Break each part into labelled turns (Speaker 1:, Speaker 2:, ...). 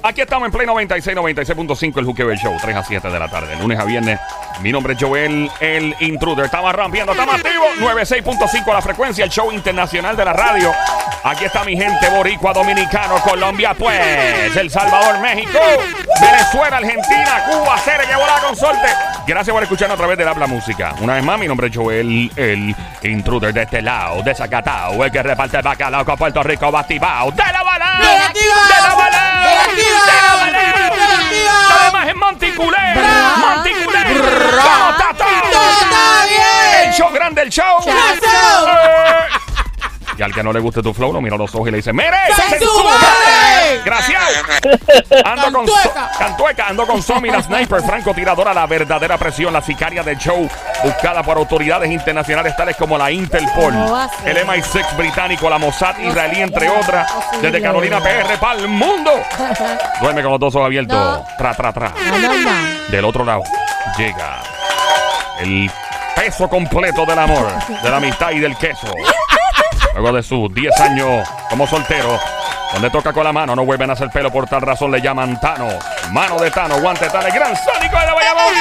Speaker 1: Aquí estamos en Play 96, 96.5, el Juquebel Show, 3 a 7 de la tarde, lunes a viernes. Mi nombre es Joel, el intruder. Estamos rampeando, estamos activos. 96.5 la frecuencia, el show internacional de la radio. Aquí está mi gente boricua, dominicano, Colombia, pues, El Salvador, México, Venezuela, Argentina, Cuba, Cere, que la consorte. Gracias por escucharnos a través del Habla Música. Una vez más, mi nombre es Joel, el intruder de este lado, desacatado, el que reparte bacalao con Puerto Rico, batibao, de la balada.
Speaker 2: Negativa.
Speaker 1: ¡De la balada!
Speaker 2: Negativa.
Speaker 1: ¡De la balada!
Speaker 2: Negativa.
Speaker 1: Lo demás es Monticulé.
Speaker 2: Bra.
Speaker 1: Monticulé.
Speaker 2: Bra.
Speaker 1: ¡Vamos, Tato!
Speaker 2: Todo está bien.
Speaker 1: El show grande, el show.
Speaker 2: Chazo.
Speaker 1: Eh. Y al que no le guste tu flow, lo mira a los ojos y le dice, ¡Mire!
Speaker 2: ¡Se
Speaker 1: ¡Censúrale!
Speaker 2: sube!
Speaker 1: ¡Gracias! Ando con So-
Speaker 2: Cantueca.
Speaker 1: Cantueca, ando con Somi, la sniper francotiradora, la verdadera presión, la sicaria del show, buscada por autoridades internacionales tales como la Interpol,
Speaker 3: No va a ser.
Speaker 1: el MI6 británico, la Mossad
Speaker 3: No
Speaker 1: israelí,
Speaker 3: sería
Speaker 1: entre otras, desde
Speaker 3: posible.
Speaker 1: Carolina PR para el mundo. Duerme con los dos ojos abiertos,
Speaker 3: No.
Speaker 1: tra, tra, tra.
Speaker 3: La norma.
Speaker 1: Del otro lado llega el peso completo del amor, de la amistad y del queso. Luego de sus 10 años como soltero, donde toca con la mano, no vuelven a hacer pelo, por tal razón le llaman Tano. Mano de Tano, guante de Tano, el gran sónico de la Bayamón.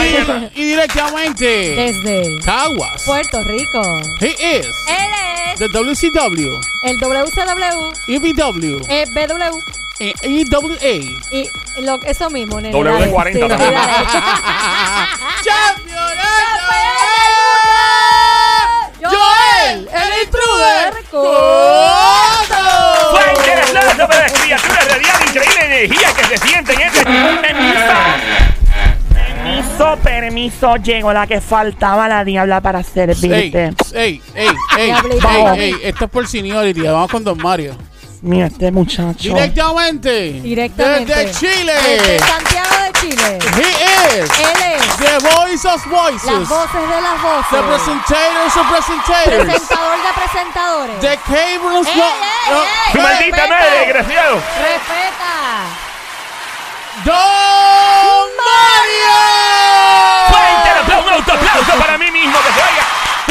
Speaker 1: Ahí está.
Speaker 2: Y directamente.
Speaker 3: Desde
Speaker 2: Caguas.
Speaker 3: Puerto Rico.
Speaker 2: He is
Speaker 3: Él es
Speaker 2: the WCW,
Speaker 3: el WCW,
Speaker 2: EBW,
Speaker 3: eh, BW
Speaker 2: E and E EWA.
Speaker 3: y lo, eso mismo, nene.
Speaker 1: W
Speaker 3: dale.
Speaker 1: 40
Speaker 3: Sí,
Speaker 1: también.
Speaker 3: dale.
Speaker 2: ¡Campeonato! ¡Joel, el intruder!
Speaker 1: Fue
Speaker 2: ¡Coto!
Speaker 1: interesante para las criaturas radial, increíble energía que se siente en este.
Speaker 4: Permiso, permiso, llegó la que faltaba la diabla para
Speaker 2: Ey,
Speaker 4: servirte.
Speaker 2: ey, ey, ey,
Speaker 3: Diablito.
Speaker 2: ey, ey, esto es por seniority, vamos con Don Mario.
Speaker 4: Mira este muchacho.
Speaker 2: Directamente,
Speaker 3: Directamente.
Speaker 2: desde Chile,
Speaker 3: Desde Santiago de Chile.
Speaker 2: he is
Speaker 3: Él es
Speaker 2: the voice of
Speaker 3: las
Speaker 2: voices,
Speaker 3: voces de las
Speaker 2: the
Speaker 3: voces.
Speaker 2: presentators of presentators,
Speaker 3: Presentador de presentadores.
Speaker 2: the cables no-
Speaker 3: Ey, ey,
Speaker 2: no-
Speaker 3: ey.
Speaker 1: ¡Tu maldita madre, desgraciado!
Speaker 3: Respeta.
Speaker 2: Don
Speaker 1: Fuerte el
Speaker 2: Mario.
Speaker 1: aplauso, un autoaplauso para mí mismo, que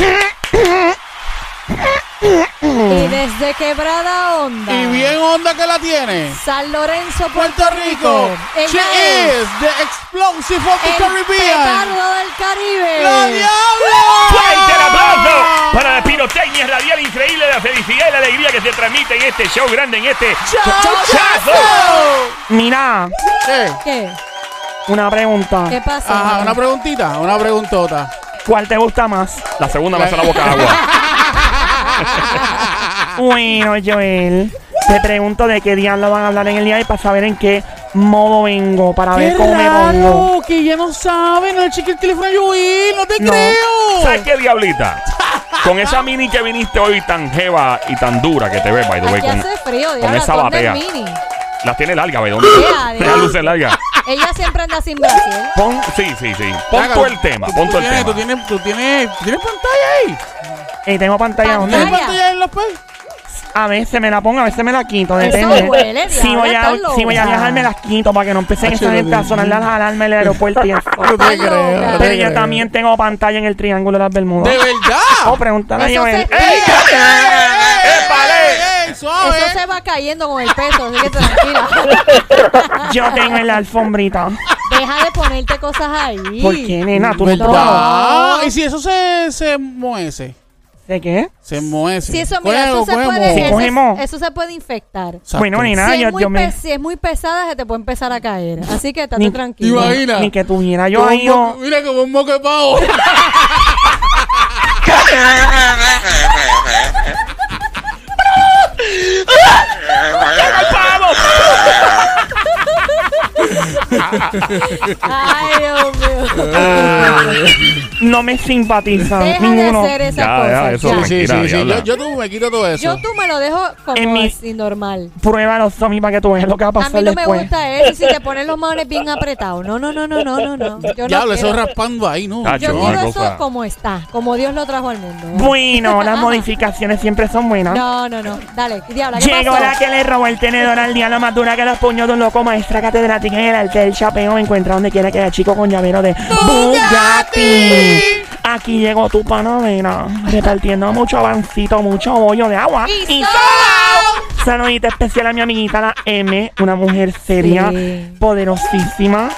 Speaker 1: se oiga.
Speaker 3: Y desde Quebrada Onda.
Speaker 2: Mm. Y bien onda que la tiene.
Speaker 3: San Lorenzo, Puerto,
Speaker 2: Puerto Rico.
Speaker 3: Ella
Speaker 2: She
Speaker 3: es
Speaker 2: is the explosive of the
Speaker 3: el
Speaker 2: Caribbean.
Speaker 3: petardo del Caribe.
Speaker 2: ¡La diabla!
Speaker 1: ¡Fuerte el aplauso para la pirotecnia radial increíble, la felicidad y la alegría que se transmite en este show grande, en este chochazo!
Speaker 2: ¡Chachazo!
Speaker 4: Mira,
Speaker 2: Eh,
Speaker 3: ¿Qué?
Speaker 4: una pregunta.
Speaker 3: ¿Qué pasa?
Speaker 2: Ajá, una preguntita, una preguntota.
Speaker 4: ¿Cuál te gusta más?
Speaker 1: La segunda me hace la boca agua.
Speaker 4: Bueno, Joel, te pregunto de qué diablo van a hablar en el día y para saber en qué modo vengo, para ver cómo me pongo.
Speaker 2: que ya no sabe, no le chequeé el teléfono a Joel, no te
Speaker 4: No.
Speaker 1: ¿Sabes
Speaker 2: creo.
Speaker 1: qué, diablita? Con esa mini que viniste hoy tan jeva y tan dura que te ves, by the way,
Speaker 3: Aquí
Speaker 1: con,
Speaker 3: hace frío,
Speaker 1: con
Speaker 3: diabla,
Speaker 1: esa
Speaker 3: ponte el
Speaker 1: batea.
Speaker 3: mini.
Speaker 1: Las tiene largas, ¿ves?
Speaker 3: Ea,
Speaker 1: Las
Speaker 3: ea.
Speaker 1: luces largas.
Speaker 3: Ella siempre anda sin Brasil.
Speaker 1: Pon, sí, sí, sí. Pon
Speaker 2: Sácalo.
Speaker 1: tú el tema,
Speaker 2: Tú-
Speaker 1: pon
Speaker 2: tú
Speaker 1: tú el
Speaker 2: tienes- Tú
Speaker 1: tema.
Speaker 2: tienes, tú tienes, ¿tienes pantalla ahí.
Speaker 4: Y Eh, tengo pantalla
Speaker 2: ¿Tienes
Speaker 4: donde
Speaker 3: Pantalla.
Speaker 2: pantalla en los pies?
Speaker 4: a veces me la pongo, a veces me la quito,
Speaker 3: Eso
Speaker 4: depende.
Speaker 3: duele,
Speaker 4: si,
Speaker 3: diabla,
Speaker 4: voy a,
Speaker 3: estás
Speaker 4: si voy a
Speaker 3: loca.
Speaker 4: viajar, me las quito para que no empiecen
Speaker 2: Ah,
Speaker 4: esa
Speaker 2: chulo,
Speaker 4: gente a
Speaker 2: Dios.
Speaker 4: sonar las alarmas en el aeropuerto y eso.
Speaker 2: No te
Speaker 3: Ay,
Speaker 2: creo,
Speaker 3: loca.
Speaker 2: no te
Speaker 4: Pero yo
Speaker 2: creo.
Speaker 4: también tengo pantalla en el Triángulo de las Bermudas.
Speaker 2: ¡De
Speaker 4: Oh,
Speaker 2: verdad!
Speaker 4: pregúntale a
Speaker 3: Ah. Eso
Speaker 4: Joel.
Speaker 3: se-
Speaker 4: ¡Eh!
Speaker 2: ¡Ey, ey, ey, ey,
Speaker 1: ¡Épale!
Speaker 2: ey, ey, suave!
Speaker 3: Eso se va cayendo con el peso, así que tranquila.
Speaker 4: Yo tengo en la alfombrita.
Speaker 3: Deja de ponerte cosas ahí.
Speaker 4: ¿Por qué, nena? ¿Tú no
Speaker 3: ¿Verdad?
Speaker 2: Ah, ¿Y si eso se, se muece?
Speaker 4: ¿De qué?
Speaker 2: Se muece.
Speaker 3: Si eso, mira, eso se,
Speaker 2: Coge, coge
Speaker 3: puede,
Speaker 2: moho.
Speaker 3: eso,
Speaker 4: coge moho.
Speaker 3: eso se puede infectar.
Speaker 2: Exacto.
Speaker 4: Bueno, ni nada,
Speaker 3: si,
Speaker 4: yo,
Speaker 3: es muy
Speaker 4: yo me...
Speaker 3: pe- si es muy pesada, se te puede empezar a caer. Así que estate
Speaker 4: Ni-
Speaker 2: ¿Te
Speaker 3: tranquilo.
Speaker 2: imaginas?
Speaker 4: Ni que tuviera yo
Speaker 2: Como un
Speaker 4: ahí
Speaker 2: moco-
Speaker 4: o-
Speaker 2: Mira, como un moco de pavo.
Speaker 3: Ay, Dios mío.
Speaker 4: No me simpatizan
Speaker 3: Deja
Speaker 4: ninguno.
Speaker 3: de hacer esas
Speaker 1: Ya, ya,
Speaker 3: cosas.
Speaker 1: eso
Speaker 3: ya.
Speaker 1: me-
Speaker 2: Sí,
Speaker 1: Tranquila,
Speaker 2: sí, sí.
Speaker 1: diabla.
Speaker 2: Yo, yo tú me quito todo eso.
Speaker 3: Yo tú me lo dejo como
Speaker 4: En mi-
Speaker 3: así, normal.
Speaker 4: Prueba los zombies para que tú veas lo que va a
Speaker 3: A
Speaker 4: pasar
Speaker 3: mí no me
Speaker 4: después.
Speaker 3: gusta eso, si te pones los maones bien apretados. No, no, no, no, no, no. no. Yo
Speaker 2: Diablo,
Speaker 3: no
Speaker 2: eso
Speaker 3: quiero.
Speaker 2: raspando ahí, ¿no?
Speaker 1: Ah,
Speaker 3: Yo
Speaker 1: Yo
Speaker 3: quiero
Speaker 1: una cosa.
Speaker 3: eso como está, como Dios lo trajo al mundo.
Speaker 4: Bueno, las modificaciones siempre son buenas.
Speaker 3: No, no, no. Dale, diabla, ¿qué
Speaker 4: Llegó
Speaker 3: pasó?
Speaker 4: la que le robó el tenedor al diablo más dura que los puños de un loco maestra catedrática en el arte del chapeo. Encuentra donde quiera que haya chico con llavero de Bugatti. Aquí llegó tu panamera repartiendo mucho avancito, mucho bollo de agua.
Speaker 3: Y
Speaker 4: Y
Speaker 3: soda.
Speaker 4: Saludita especial a mi amiguita, la M, una mujer seria,
Speaker 3: Sí.
Speaker 4: poderosísima,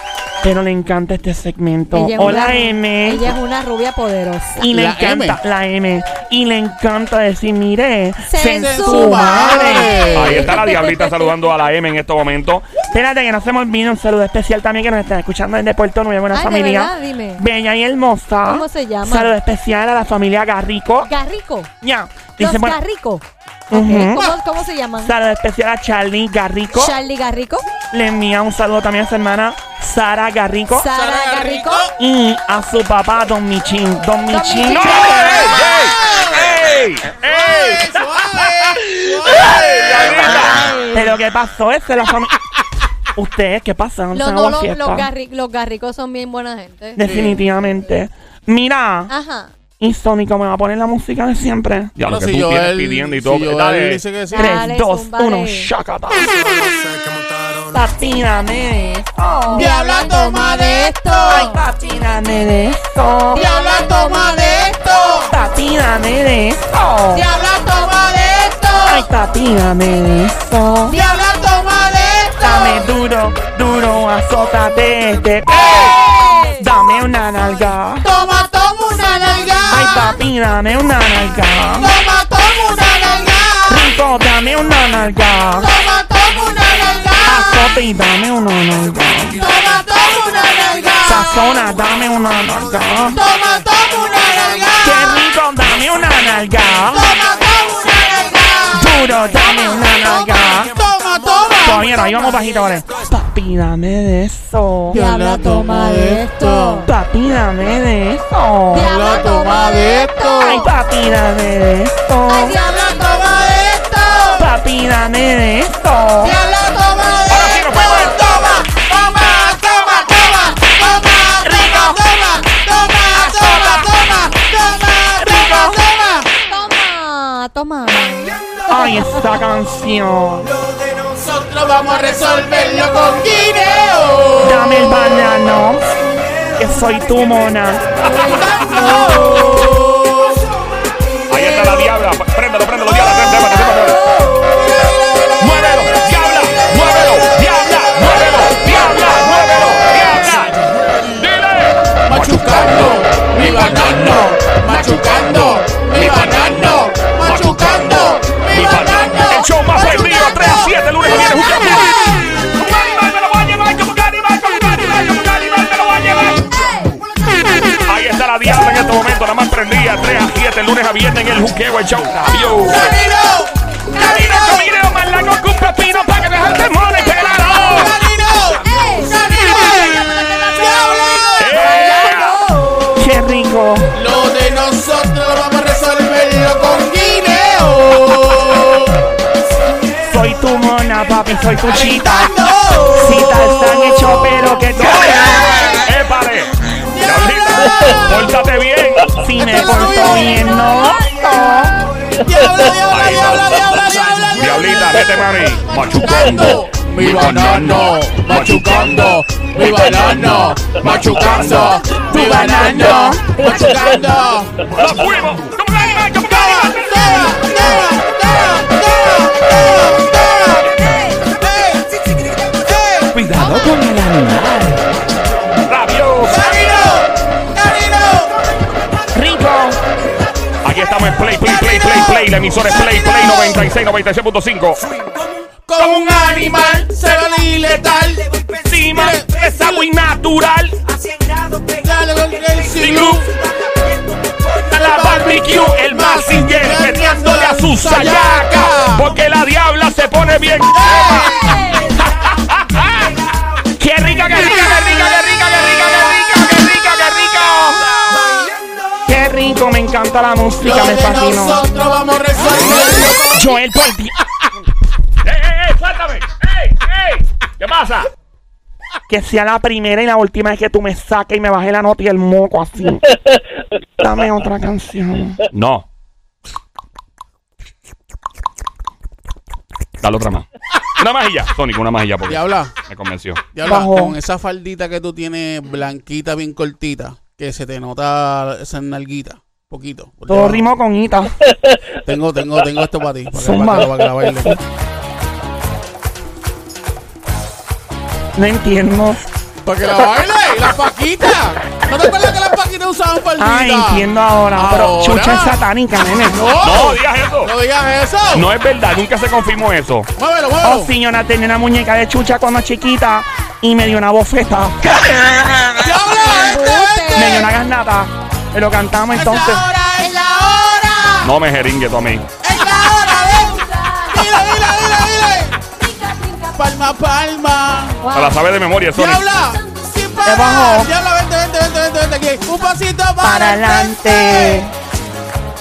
Speaker 4: pero le encanta este segmento.
Speaker 3: Ella es
Speaker 4: Hola,
Speaker 3: una-
Speaker 4: M.
Speaker 3: Ella es una rubia poderosa.
Speaker 4: Y le
Speaker 2: La
Speaker 4: encanta
Speaker 2: M.
Speaker 4: la M. Y le encanta decir, mire,
Speaker 3: Se
Speaker 4: se
Speaker 3: en
Speaker 4: en
Speaker 3: su
Speaker 4: su
Speaker 2: madre.
Speaker 4: madre.
Speaker 1: Ahí está la diablita saludando a la M en este momento.
Speaker 4: Espérate, que no se me olvide un saludo especial también que nos están escuchando desde Puerto Nuevo, una
Speaker 3: Ay, de
Speaker 4: familia
Speaker 3: verdad, dime.
Speaker 4: bella y hermosa.
Speaker 3: ¿Cómo se llama?
Speaker 4: Saludo especial a la familia Garrico.
Speaker 3: Garrico.
Speaker 4: Ya.
Speaker 3: Los
Speaker 4: Dice, bueno,
Speaker 3: Garrico.
Speaker 4: Ujú.
Speaker 3: ¿Cómo, cómo se llaman?
Speaker 4: saludo especial a Charlie Garrico.
Speaker 3: Charlie Garrico.
Speaker 4: Le envía un saludo también a su hermana Sara Garrico.
Speaker 3: Sara Garrico.
Speaker 4: y a su papá, Don Michin. Don Michin.
Speaker 3: Michin.
Speaker 1: ¡No! ¡Ey! ¡Ey! ¡Ey!
Speaker 2: ¡Ey, suave, suave!
Speaker 4: Pero ¿qué pasó? Esa es la familia. Ustedes, ¿qué pasa?
Speaker 3: Los,
Speaker 4: Se
Speaker 3: no,
Speaker 4: hago
Speaker 3: los,
Speaker 4: fiesta.
Speaker 3: los Garri- los Garricos son bien buena gente.
Speaker 4: Definitivamente. Mira,
Speaker 3: Ajá.
Speaker 4: y Sónico me va a poner la música de siempre.
Speaker 1: Ya lo
Speaker 2: Bueno,
Speaker 1: que
Speaker 2: si
Speaker 1: tú
Speaker 2: Joel-
Speaker 1: tienes pidiendo y todo. Eh.
Speaker 2: si Joel
Speaker 1: Dale.
Speaker 2: dice que sí.
Speaker 3: Dale,
Speaker 4: 3, 2,
Speaker 3: zúmbale.
Speaker 4: 1, shakata. Patíname.
Speaker 2: Diabla, toma de esto.
Speaker 4: Ay, patíname de esto.
Speaker 2: Diabla, toma de esto.
Speaker 4: Patíname de esto.
Speaker 2: Diabla, toma de
Speaker 4: Ay,
Speaker 2: esto.
Speaker 4: patíname de esto.
Speaker 2: Diabla, toma de esto.
Speaker 4: Dame duro, duro, azótate este. Dame una nalga.
Speaker 2: Toma, toma una
Speaker 4: Ay,
Speaker 2: nalga.
Speaker 4: papi, dame una nalga.
Speaker 2: Toma, toma una nalga.
Speaker 4: Rico, dame una nalga.
Speaker 2: Toma, toma una nalga.
Speaker 4: Azote y dame una nalga.
Speaker 2: Toma, toma una nalga.
Speaker 4: Sazona, dame una nalga.
Speaker 2: Toma, toma una
Speaker 4: Qué
Speaker 2: nalga.
Speaker 4: rico, dame una nalga.
Speaker 2: Toma, toma una nalga.
Speaker 4: Duro, dame una nalga.
Speaker 2: Toma, toma.
Speaker 4: Todavía no, ahí vamos bajito, ¿vale? Papi, dame de eso.
Speaker 3: Diabla, toma de esto.
Speaker 4: Papi, dame de eso.
Speaker 3: Diabla, toma de esto.
Speaker 4: Ay, papi, dame de esto.
Speaker 2: Diabla, toma de esto.
Speaker 4: Papi, dame de esto.
Speaker 2: Diabla, toma de
Speaker 1: Ahora sí, nos
Speaker 2: esto. Toma,
Speaker 1: fuimos.
Speaker 2: toma, toma, toma, toma,
Speaker 4: Rico.
Speaker 2: toma, toma, toma, toma, toma, toma, toma, toma.
Speaker 3: Toma, toma.
Speaker 4: Ay, esta canción.
Speaker 2: Nosotros vamos a resolverlo con guineo.
Speaker 4: Dame el banano, que soy tu mona.
Speaker 1: Ahí está la diabla. Préndelo, préndelo, diabla. Préndelo, préndelo, préndelo. Muévelo, diabla. Muévelo, diabla. Muévelo, diabla. Muévelo, diabla. Dile.
Speaker 2: Machucando mi banano, machucando mi banano, machucando mi banano.
Speaker 1: El show más prendido, 3 a 7, lunes a viernes, Juqueo Pibis. Ahí está la diabla en este momento, la más prendida, 3 a 7, lunes a viernes en el juqueo, el show. Adiós.
Speaker 2: Danilo,
Speaker 1: Camino,
Speaker 2: Danilo,
Speaker 1: camino, más largo que un pepino, para que dejar temor y pegarlo.
Speaker 2: Danilo, Danilo,
Speaker 4: Qué rico.
Speaker 2: diabla. Lo de nosotros vamos a resolverlo con guineo.
Speaker 4: Soy tu mona, papi, soy tu chita.
Speaker 2: Agitando.
Speaker 4: Si están hecho pero que no.
Speaker 1: ¡Épale! Diablita, ¡Pórtate bien!
Speaker 4: Si me porto bien, no.
Speaker 2: Diabla, diabla, diabla, diabla, diabla,
Speaker 1: Diablita, vete, mami.
Speaker 2: Machucando mi banano, machucando mi banano, machucando mi banano, machucando.
Speaker 1: ¡Nos fuimos! ¡Como un animal, como un animal!
Speaker 2: Deba, deba, deba, deba, deba, deba.
Speaker 4: Cuidado con el animal.
Speaker 1: ¡Rabioso!
Speaker 2: Danilo, Danilo,
Speaker 4: Rico.
Speaker 1: Aquí estamos en Play, Play, Play, Play, Play. La emisora es Play, Play 96, 96.5.
Speaker 2: Como un animal, cero y letal.
Speaker 4: Encima es algo innatural.
Speaker 2: Dale con el
Speaker 1: Sin
Speaker 2: siglo.
Speaker 1: luz, a la barbecue, el Massinger, metiéndole a su sayaca. Porque la diabla se pone bien. ¡Qué rica, qué rica, qué rica, qué rica, qué rica, qué rica, qué rica, qué rica!
Speaker 4: Qué rico, me encanta la
Speaker 2: Lo
Speaker 4: música, me
Speaker 2: de
Speaker 4: fascinó.
Speaker 2: nosotros vamos a resolverlo
Speaker 4: Joel, por ti.
Speaker 1: ¡Ey, ey, ey! ¡Eh, ¡Suéltame! ¡Ey, ey! ¿Qué pasa?
Speaker 4: Que sea la primera y la última vez que tú me saques y me bajes la nota y el moco así. Dame otra canción.
Speaker 1: No. Dale otra más. Una más y ya, Sónico, una más y ya, porque
Speaker 2: Diabla,
Speaker 1: me convenció.
Speaker 2: diabla,
Speaker 4: Bajo.
Speaker 2: con esa faldita que tú tienes blanquita, bien cortita, que se te nota esa nalguita, poquito. por
Speaker 4: Todo
Speaker 2: debajo.
Speaker 4: rimó con Ita.
Speaker 2: Tengo, tengo, tengo esto para ti, para que,
Speaker 4: Zumba.
Speaker 2: para que- para que la bailes.
Speaker 4: No entiendo.
Speaker 2: Porque la baile, la paquita. ¿No te acuerdas que las paquitas usaban palmita?
Speaker 4: Ah, entiendo ahora. Pero
Speaker 2: Ahora.
Speaker 4: chucha es satánica, nene.
Speaker 1: No
Speaker 2: No,
Speaker 1: digas eso.
Speaker 2: no digas eso.
Speaker 1: No es verdad, nunca se confirmó eso.
Speaker 2: Muévelo,
Speaker 4: Oh,
Speaker 2: muévelo.
Speaker 4: sí, yo na- tenía una muñeca de chucha cuando chiquita y me dio una bofeta.
Speaker 2: ¡Diablo, vente, vente!
Speaker 4: me dio una garnata. Pero cantamos
Speaker 2: ¡Es la
Speaker 4: entonces.
Speaker 2: hora, es la hora!
Speaker 1: No me jeringue tú a mí.
Speaker 2: ¡Es la hora! ven. ¡Dile, dile, dile, dile! Palma, palma.
Speaker 1: Se la sabe de memoria, Sony.
Speaker 2: ¡Diabla! ¡Sin parar!
Speaker 4: bajó.
Speaker 2: ¡Diabla, vente, vente, vente, vente, vente aquí! ¡Un pasito para,
Speaker 4: Para adelante.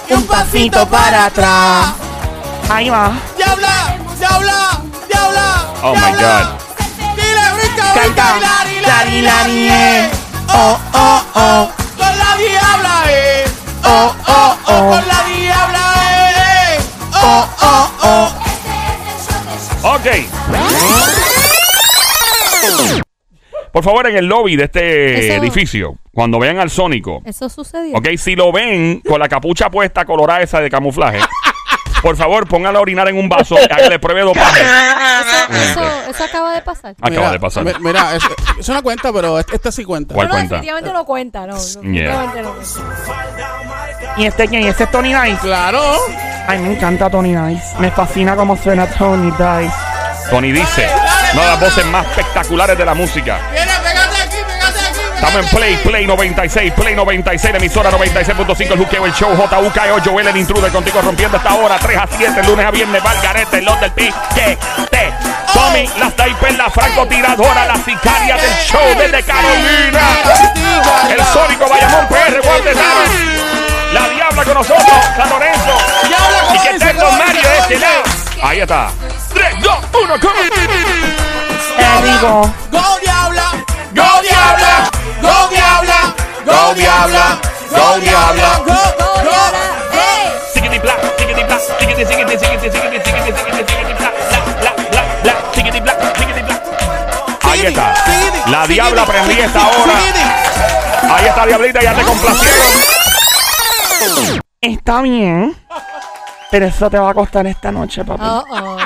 Speaker 2: y ¡Un pasito para atrás!
Speaker 4: Ahí va.
Speaker 2: ¡Diabla! ¡Diabla! ¡Diabla!
Speaker 1: Oh, my
Speaker 2: diabla. ¡Dile, brinca, brinca!
Speaker 4: Canta.
Speaker 2: y ¡Lari,
Speaker 4: Lari,
Speaker 2: lari, lari!
Speaker 4: lari, eh.
Speaker 2: eh. ¡Oh, oh, oh! ¡Con la diabla, eh! ¡Oh, oh, oh! ¡Con la diabla, eh! ¡Oh, oh, oh!
Speaker 1: Ok. Por favor, en el lobby de este
Speaker 3: Eso-
Speaker 1: edificio, cuando vean al Sónico,
Speaker 3: Eso sucedió.
Speaker 1: ok, si lo ven con la capucha puesta colorada esa de camuflaje, por favor, póngalo a orinar en un vaso y a que le pruebe dopaje. Ah,
Speaker 3: Eso, eso, eso acaba de pasar.
Speaker 1: Acaba de pasar.
Speaker 2: mi- Mira, eso, eso no cuenta, pero este, este sí cuenta.
Speaker 1: ¿Cuál?
Speaker 3: No, no,
Speaker 1: cuenta.
Speaker 3: definitivamente no cuenta, no. definitivamente no cuenta.
Speaker 4: ¿Y este quién? ¿Y este es Tony Dice?
Speaker 2: ¡Claro!
Speaker 4: Ay, me encanta Tony Dice. Me fascina cómo suena Tony Dice.
Speaker 1: Tony dice, una de las voces más espectaculares de la música.
Speaker 2: ¡Viene, pégate aquí, pégate aquí!
Speaker 1: Estamos en Play, Play 96, Play 96, la emisora 96.5, el Juqueo, el Show, JUKO, Joel, el Intruder, contigo rompiendo esta hora, 3 a 7, lunes a viernes, Valgarete, el Lot del Pique, T, Tommy, la Sniper, la francotiradora, la sicaria del show desde Carolina, el Sónico Bayamón PR, Guardetada, la Diabla con nosotros, San Lorenzo, y que está el Don Mario de este lado. Ahí está. 3, 2, 1, go.
Speaker 4: Es rico.
Speaker 2: ¡Go Diabla! ¡Go Diabla! ¡Go Diabla! ¡Go Diabla! ¡Go Diabla! ¡Go, go,
Speaker 3: ¡Gol,
Speaker 2: go!
Speaker 3: Diabla! ¡Ey!
Speaker 1: Sickity black, sickity black, sickity, sickity, sickity, sickity, sickity, sickity, sickity, black, black, black, black, black, sickity, black, sickity, black. Ahí está.
Speaker 2: Sigue,
Speaker 1: La
Speaker 2: sigue,
Speaker 1: diabla
Speaker 2: sigue,
Speaker 1: aprendí
Speaker 2: sigue,
Speaker 1: esta hora.
Speaker 2: sigue.
Speaker 1: Ahí está Diablita, ya te complacieron.
Speaker 4: Está bien. Pero eso te va a costar esta noche, papi.
Speaker 3: Oh, oh.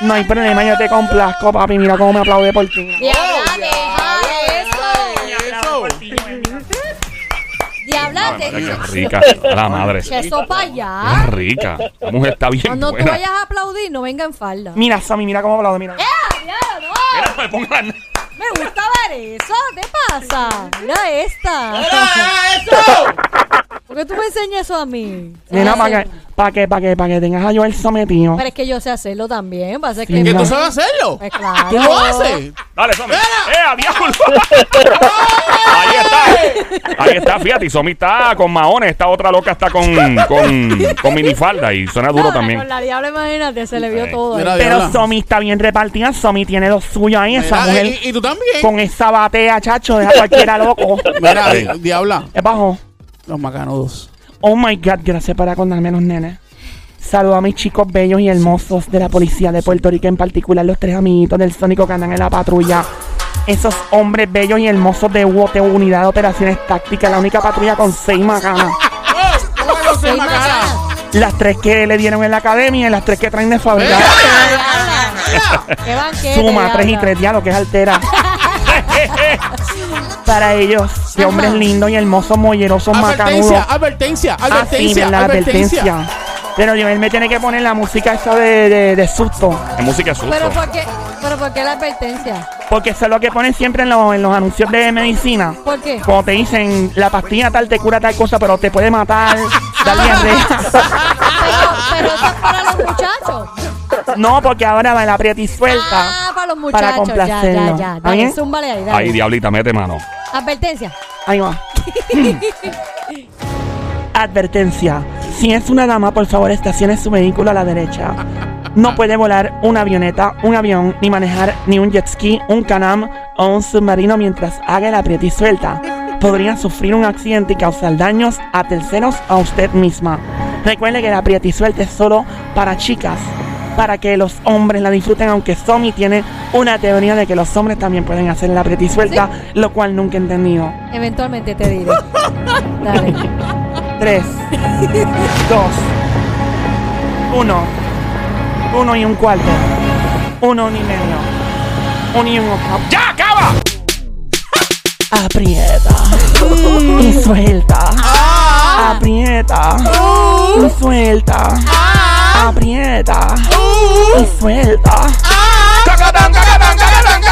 Speaker 4: No hay problema, yo te complazco, papi. Mira cómo me aplaude por ti.
Speaker 3: Diabla, deja eso.
Speaker 2: Eso.
Speaker 3: Diabla, deja
Speaker 1: Ah, Mira qué rica, a la madre.
Speaker 3: Que eso para allá.
Speaker 1: Qué rica. La mujer está bien
Speaker 3: Cuando tú
Speaker 1: buena.
Speaker 3: vayas a aplaudir, no venga en falda.
Speaker 4: Mira, Sammy, mira cómo aplaude, mira.
Speaker 3: ¡Ah, diabla, no!
Speaker 1: Mira, me pongan-
Speaker 3: Me gusta ver eso. ¿Qué pasa? Mira esta.
Speaker 2: ¡Ah, eso!
Speaker 3: ¿Por qué tú me enseñas eso a mí?
Speaker 4: Nena,
Speaker 3: Sé
Speaker 4: para que,
Speaker 3: hacerlo.
Speaker 4: para que, para que, para que tengas a Joel sometido.
Speaker 3: Pero es que yo sé hacerlo también. Va a ser
Speaker 4: Sí,
Speaker 3: que
Speaker 2: ¿Que
Speaker 4: no.
Speaker 2: tú sabes hacerlo?
Speaker 3: Pues claro.
Speaker 2: ¿Tú lo haces?
Speaker 1: Dale, Somi.
Speaker 2: Mira.
Speaker 1: ¡Eh, a diablo! Ahí está. Ahí está, fíjate. Y Somi está con Mahone. Esta otra loca está con, con, con minifalda y suena duro
Speaker 3: Ahora,
Speaker 1: también.
Speaker 3: Con la diabla, imagínate, se le vio
Speaker 1: Sí.
Speaker 3: todo.
Speaker 2: Mira,
Speaker 3: ahí.
Speaker 4: Pero
Speaker 2: Diabla.
Speaker 4: Somi está bien repartida. Somi tiene lo suyo ahí. Esa
Speaker 2: Mira,
Speaker 4: mujer
Speaker 2: y, y tú también.
Speaker 4: con esa batea, chacho, deja a cualquiera loco.
Speaker 2: Mira,
Speaker 1: Sí.
Speaker 2: di- Diabla,
Speaker 4: Es bajo.
Speaker 2: los macanudos.
Speaker 4: Oh my God, gracias por acordarme los nenes. Saludo a mis chicos bellos y hermosos de la policía de Puerto Rico, en particular los tres amiguitos del Sónico que andan en la patrulla. Esos hombres bellos y hermosos de UOT, Unidad de Operaciones Tácticas, la única patrulla con seis macanas.
Speaker 2: ¿Cómo que no
Speaker 3: Sí,
Speaker 2: se
Speaker 3: macanas.
Speaker 2: macana?
Speaker 4: Las tres que le dieron en la academia y las tres que traen de fábrica.
Speaker 3: ¡Qué banquete!
Speaker 4: Suma
Speaker 3: diabla.
Speaker 4: 3 y 3, ya lo que es altera. Para ellos, de hombres
Speaker 3: Ajá.
Speaker 4: lindos y hermosos, mollerosos,
Speaker 2: Advertencia,
Speaker 4: macanudos.
Speaker 2: advertencia,
Speaker 4: Ah, sí,
Speaker 2: advertencia,
Speaker 4: ¿verdad? Advertencia. Pero Joel me tiene que poner la música esa de, de, de susto.
Speaker 1: Es música susto.
Speaker 3: Pero ¿por qué, pero ¿por qué la advertencia?
Speaker 4: Porque eso es lo que ponen siempre en, los- en los anuncios de medicina.
Speaker 3: ¿Por qué?
Speaker 4: Cuando te dicen, la pastilla tal te cura tal cosa, pero te puede matar, da diarrea.
Speaker 3: Ah, Pero, pero eso es para los muchachos.
Speaker 4: no, porque ahora va la aprieta y suelta.
Speaker 3: Ah, para los muchachos. ya, ya,
Speaker 4: complacerlo.
Speaker 3: ya.
Speaker 4: ¿Está bien?
Speaker 3: Dale, zúmbale ahí, dale.
Speaker 1: Ahí, Diablita, mete mano.
Speaker 3: Advertencia.
Speaker 4: Ahí va. Advertencia. Si es una dama, por favor, estacione su vehículo a la derecha. No puede volar una avioneta, un avión, ni manejar ni un jet ski, un canam o un submarino mientras haga el aprieta y suelta. Podría sufrir un accidente y causar daños a terceros o a usted misma. Recuerde que el aprieta y suelta es solo para chicas, para que los hombres la disfruten, aunque Somi tiene una teoría de que los hombres también pueden hacer el aprieta y suelta, lo cual nunca he entendido.
Speaker 3: Eventualmente te diré. Dale.
Speaker 4: 3, 2, 1, 1 y un cuarto, 1 y medio. Union Cup.
Speaker 1: ¡Ya acaba!
Speaker 4: Aprieta y suelta. Aprieta y suelta. Aprieta y suelta.
Speaker 1: ¡Cacatán, cacatán, cacatán,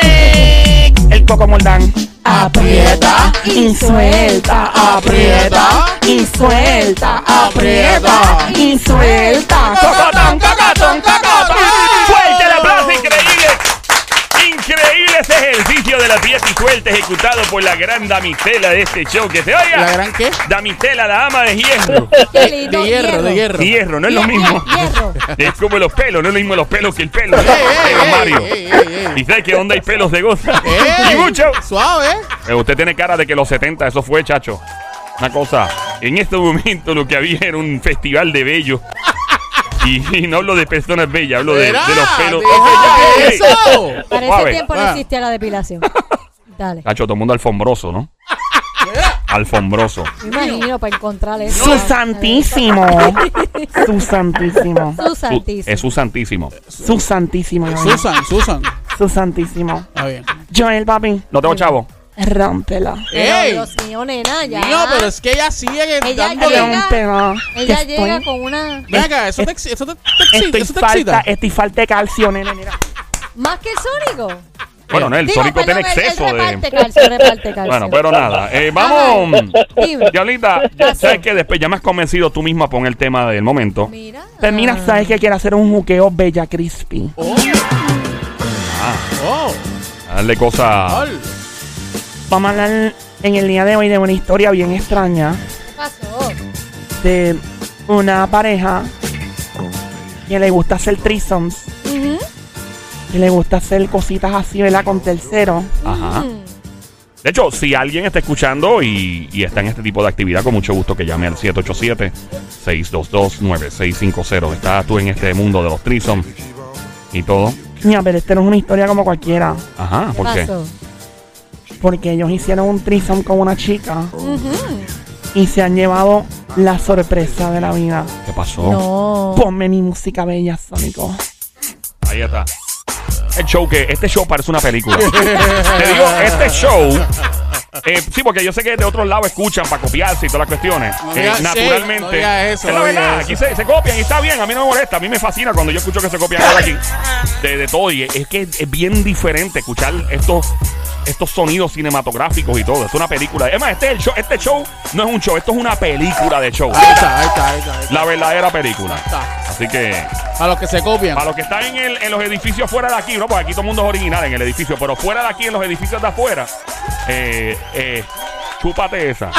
Speaker 1: cacatán,
Speaker 4: El Coco Moldán.
Speaker 2: Aprieta,
Speaker 4: y suelta,
Speaker 2: aprieta,
Speaker 4: y suelta, aprieta y suelta.
Speaker 1: cacatán! ¡Cacatán, cacatán, cacatán! ¡Fuerte el aplauso! ¡Increíble! Increíble ese ejercicio de la pieza y suelta ejecutado por la gran damisela de este show. Que te oiga.
Speaker 2: ¿La gran qué?
Speaker 1: Damisela, la ama Ah, de hierro.
Speaker 3: Qué lindo,
Speaker 2: De hierro, de hierro.
Speaker 1: Hierro, no es lo mismo.
Speaker 3: Hierro.
Speaker 1: Es como los pelos, no es lo mismo los pelos que el pelo.
Speaker 2: ey,
Speaker 1: Pero
Speaker 2: ey,
Speaker 1: Mario.
Speaker 2: ey, ey, ey.
Speaker 1: ¿Y sabes que onda hay pelos de goza?
Speaker 2: ¡Ey!
Speaker 1: Y mucho.
Speaker 2: Suave. ¿eh?
Speaker 1: Eh, Usted tiene cara de que los 70 eso fue, chacho. Una cosa, en este momento lo que había era un festival de bellos. Y, y no hablo de personas bellas, hablo de, de los pelos.
Speaker 2: Deja
Speaker 1: Ey, ey, ey.
Speaker 2: eso.
Speaker 3: Para
Speaker 1: Suave.
Speaker 3: ese tiempo no
Speaker 2: Ah.
Speaker 3: existía la depilación. Dale.
Speaker 1: Chacho, todo el mundo alfombroso, ¿no? Alfombroso.
Speaker 3: Me imagino para encontrar eso.
Speaker 4: Su santísimo. Su santísimo.
Speaker 3: Su
Speaker 1: Su- Es
Speaker 3: santísimo.
Speaker 1: su santísimo.
Speaker 4: Su santísimo. Joel.
Speaker 2: Susan, Susan.
Speaker 4: Su santísimo.
Speaker 2: Está bien.
Speaker 4: Joel, papi,
Speaker 1: No tengo chavo.
Speaker 4: rómpela.
Speaker 3: Pero,
Speaker 2: ¡Ey!
Speaker 3: Eh, Dios mío, nena, ya.
Speaker 2: No, pero es que ella sigue
Speaker 3: Ella
Speaker 2: dándole.
Speaker 3: llega-
Speaker 4: Rómpela. que
Speaker 3: Ella
Speaker 4: estoy,
Speaker 3: llega con una.
Speaker 2: Venga, eso te exi- eso te- te excita.
Speaker 4: estoy
Speaker 2: Eso te
Speaker 4: falta,
Speaker 2: excita.
Speaker 4: estoy falta de calcio, nene, mira.
Speaker 3: Más que el sónico.
Speaker 1: Bueno, no, el
Speaker 3: Digo,
Speaker 1: sónico tiene
Speaker 3: perdón, él- él
Speaker 1: exceso
Speaker 3: Reparte
Speaker 1: de.
Speaker 3: calcio, reparte calcio.
Speaker 1: Bueno, pero nada. Eh, vamos.
Speaker 3: Dime.
Speaker 1: Diablita,
Speaker 3: Pasó.
Speaker 1: sabes que después ya me has convencido tú misma a poner el tema del momento.
Speaker 3: Mira.
Speaker 4: Pues mira, sabes que quiero hacer un juqueo Bella Crispy.
Speaker 2: Oh.
Speaker 1: Ah.
Speaker 2: Oh.
Speaker 1: Darle cosas.
Speaker 2: Ol.
Speaker 4: Vamos a hablar en el día de hoy de una historia bien extraña
Speaker 3: ¿Qué pasó?
Speaker 4: de una pareja que le gusta hacer threesomes,
Speaker 3: Ujú.
Speaker 4: que le gusta hacer cositas así, ¿verdad? Con tercero.
Speaker 1: Ajá.
Speaker 3: Mm.
Speaker 1: De hecho, si alguien está escuchando y, y está en este tipo de actividad, con mucho gusto que llame al 787-622-9650. Estás tú en este mundo de los trisom y todo.
Speaker 4: Mira, pero este no es una historia como cualquiera,
Speaker 1: Ajá, ¿por qué?
Speaker 3: pasó?
Speaker 4: porque ellos hicieron un threesome con una chica
Speaker 3: Ujú.
Speaker 4: y se han llevado la sorpresa de la vida.
Speaker 1: ¿Qué pasó?
Speaker 3: No.
Speaker 4: Ponme mi música bella, Sónico.
Speaker 1: Ahí está. El show que este show parece una película. Te digo, este show. eh, sí, porque yo sé que de otros lados escuchan para copiarse y todas las cuestiones.
Speaker 2: No
Speaker 1: Eh,
Speaker 2: digas- sí,
Speaker 1: naturalmente.
Speaker 2: no digas eso,
Speaker 1: es la
Speaker 2: no digas
Speaker 1: verdad,
Speaker 2: eso.
Speaker 1: aquí se, se copian y está bien. A mí no me molesta. A mí me fascina cuando yo escucho que se copian algo aquí. De, de todo. Y es es que es bien diferente escuchar estos, estos sonidos cinematográficos y todo. Es una película. Es más, este, es el show, este show no es un show, esto es una película de show.
Speaker 2: Ahí está, ahí está, ahí está, ahí está.
Speaker 1: La verdadera película.
Speaker 2: Está.
Speaker 1: Así que.
Speaker 2: A los que se copian.
Speaker 1: Para los que están en, el- en los edificios fuera de aquí, ¿no? Porque aquí todo el mundo es original en el edificio, pero fuera de aquí, en los edificios de afuera, eh, eh, chúpate esa.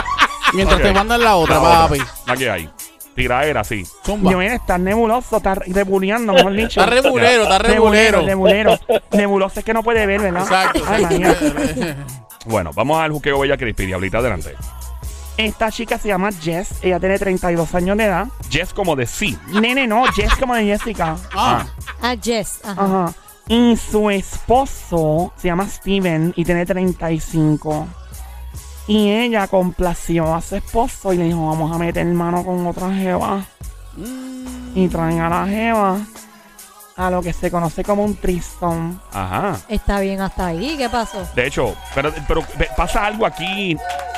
Speaker 2: Mientras
Speaker 1: Ok.
Speaker 2: te mandan la otra,
Speaker 1: La
Speaker 2: papi.
Speaker 1: La que hay. Tiraera, sí.
Speaker 2: Zumba.
Speaker 4: Joel, estás nebuloso, estás rebuleando, mejor dicho.
Speaker 2: Está rebulero, está rebulero.
Speaker 4: Nebulero, nebulero. Nebuloso es que no puede ver, ¿verdad?
Speaker 2: Exacto.
Speaker 4: Ay, María.
Speaker 1: Bueno, vamos al juqueo Bella Crispy, diablita adelante.
Speaker 4: Esta chica se llama Jess, ella tiene 32 años de edad.
Speaker 1: Jess como de sí.
Speaker 4: Nene, no, Jess como de Jessica.
Speaker 2: Ah,
Speaker 3: Ah, Jess. Ajá.
Speaker 4: Ajá. Y su esposo se llama Steven y tiene 35. Y ella complació a su esposo y le dijo, vamos a meter mano con otra jeva.
Speaker 3: Mm.
Speaker 4: Y traen a la jeva a lo que se conoce como un tristón.
Speaker 1: Ajá.
Speaker 3: Está bien hasta ahí. ¿Qué pasó?
Speaker 1: De hecho, pero, pero ve, pasa algo aquí.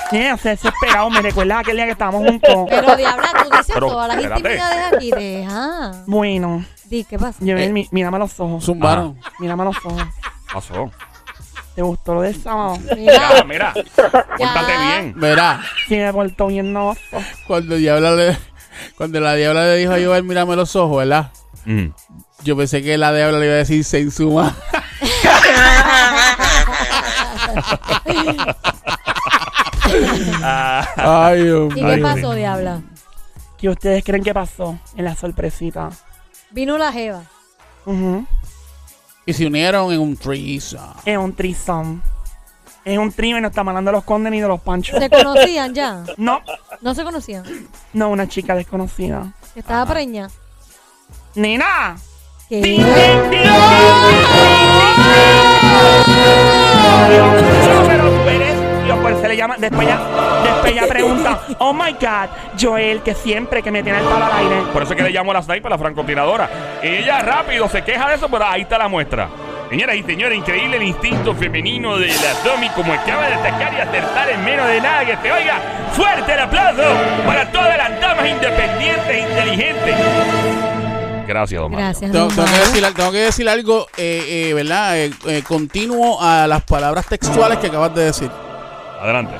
Speaker 4: Tiene que hacerse esperado. Me recuerda aquel día que estábamos juntos.
Speaker 3: Pero diabla, tú dices
Speaker 1: Pero,
Speaker 3: todas las
Speaker 1: espérate.
Speaker 3: intimidades aquí. Deja.
Speaker 4: Bueno,
Speaker 3: Di, ¿qué pasó?
Speaker 4: Joel,
Speaker 2: Eh.
Speaker 4: mi- mírame a los ojos.
Speaker 2: zumbaron.
Speaker 4: Mírame a los ojos.
Speaker 1: Pasó.
Speaker 4: ¿Te gustó lo del sábado?
Speaker 1: Mira,
Speaker 3: Mira,
Speaker 1: mira. Pórtate
Speaker 2: Ah.
Speaker 1: bien.
Speaker 2: Verá,
Speaker 4: Sí, me portó bien no.
Speaker 2: cuando Diabla le, cuando la Diabla le dijo a Joel, mírame los ojos, ¿verdad?
Speaker 1: Mm.
Speaker 2: Yo pensé que la Diabla le iba a decir se insuma.
Speaker 1: Ah,
Speaker 2: Ay, Dios
Speaker 3: ¿y qué
Speaker 2: mío.
Speaker 3: pasó, diabla?
Speaker 4: ¿Qué ustedes creen que pasó en la sorpresita?
Speaker 3: Vino la jeva.
Speaker 4: Ujú.
Speaker 2: Y se unieron en un threesome.
Speaker 4: Es un trisón. Es un trío y no estamos hablando de los condes ni de los panchos.
Speaker 3: ¿Se conocían ya?
Speaker 4: No,
Speaker 3: No se conocían.
Speaker 4: no, una chica desconocida.
Speaker 3: Estaba preña.
Speaker 4: ¡Nena!
Speaker 3: ¿Qué?
Speaker 4: ¡Tin, tin, tin, tin, tin, tin, tin, tin, tin! Dios mío, pero tú eres- Dios, por eso le llama. Después ya, después ya pregunta, oh my god, Joel, que siempre que me tiene el palo al aire.
Speaker 1: Por eso es que le llamo a la sniper, la francotiradora. Y ella rápido se queja de eso, pero ahí está la muestra. Señoras y señores, increíble el instinto femenino de la Tommy, como acaba de atacar y acertar en menos de nada que te oiga. ¡Fuerte el aplauso para todas las damas independientes e inteligentes! Gracias, don Mario.
Speaker 3: Gracias,
Speaker 2: Tengo,
Speaker 3: don
Speaker 2: tengo que
Speaker 3: Mario.
Speaker 2: decir, al- tengo que decir algo, eh, eh, ¿verdad? Eh, eh, continuo a las palabras textuales que acabas de decir.
Speaker 1: Adelante.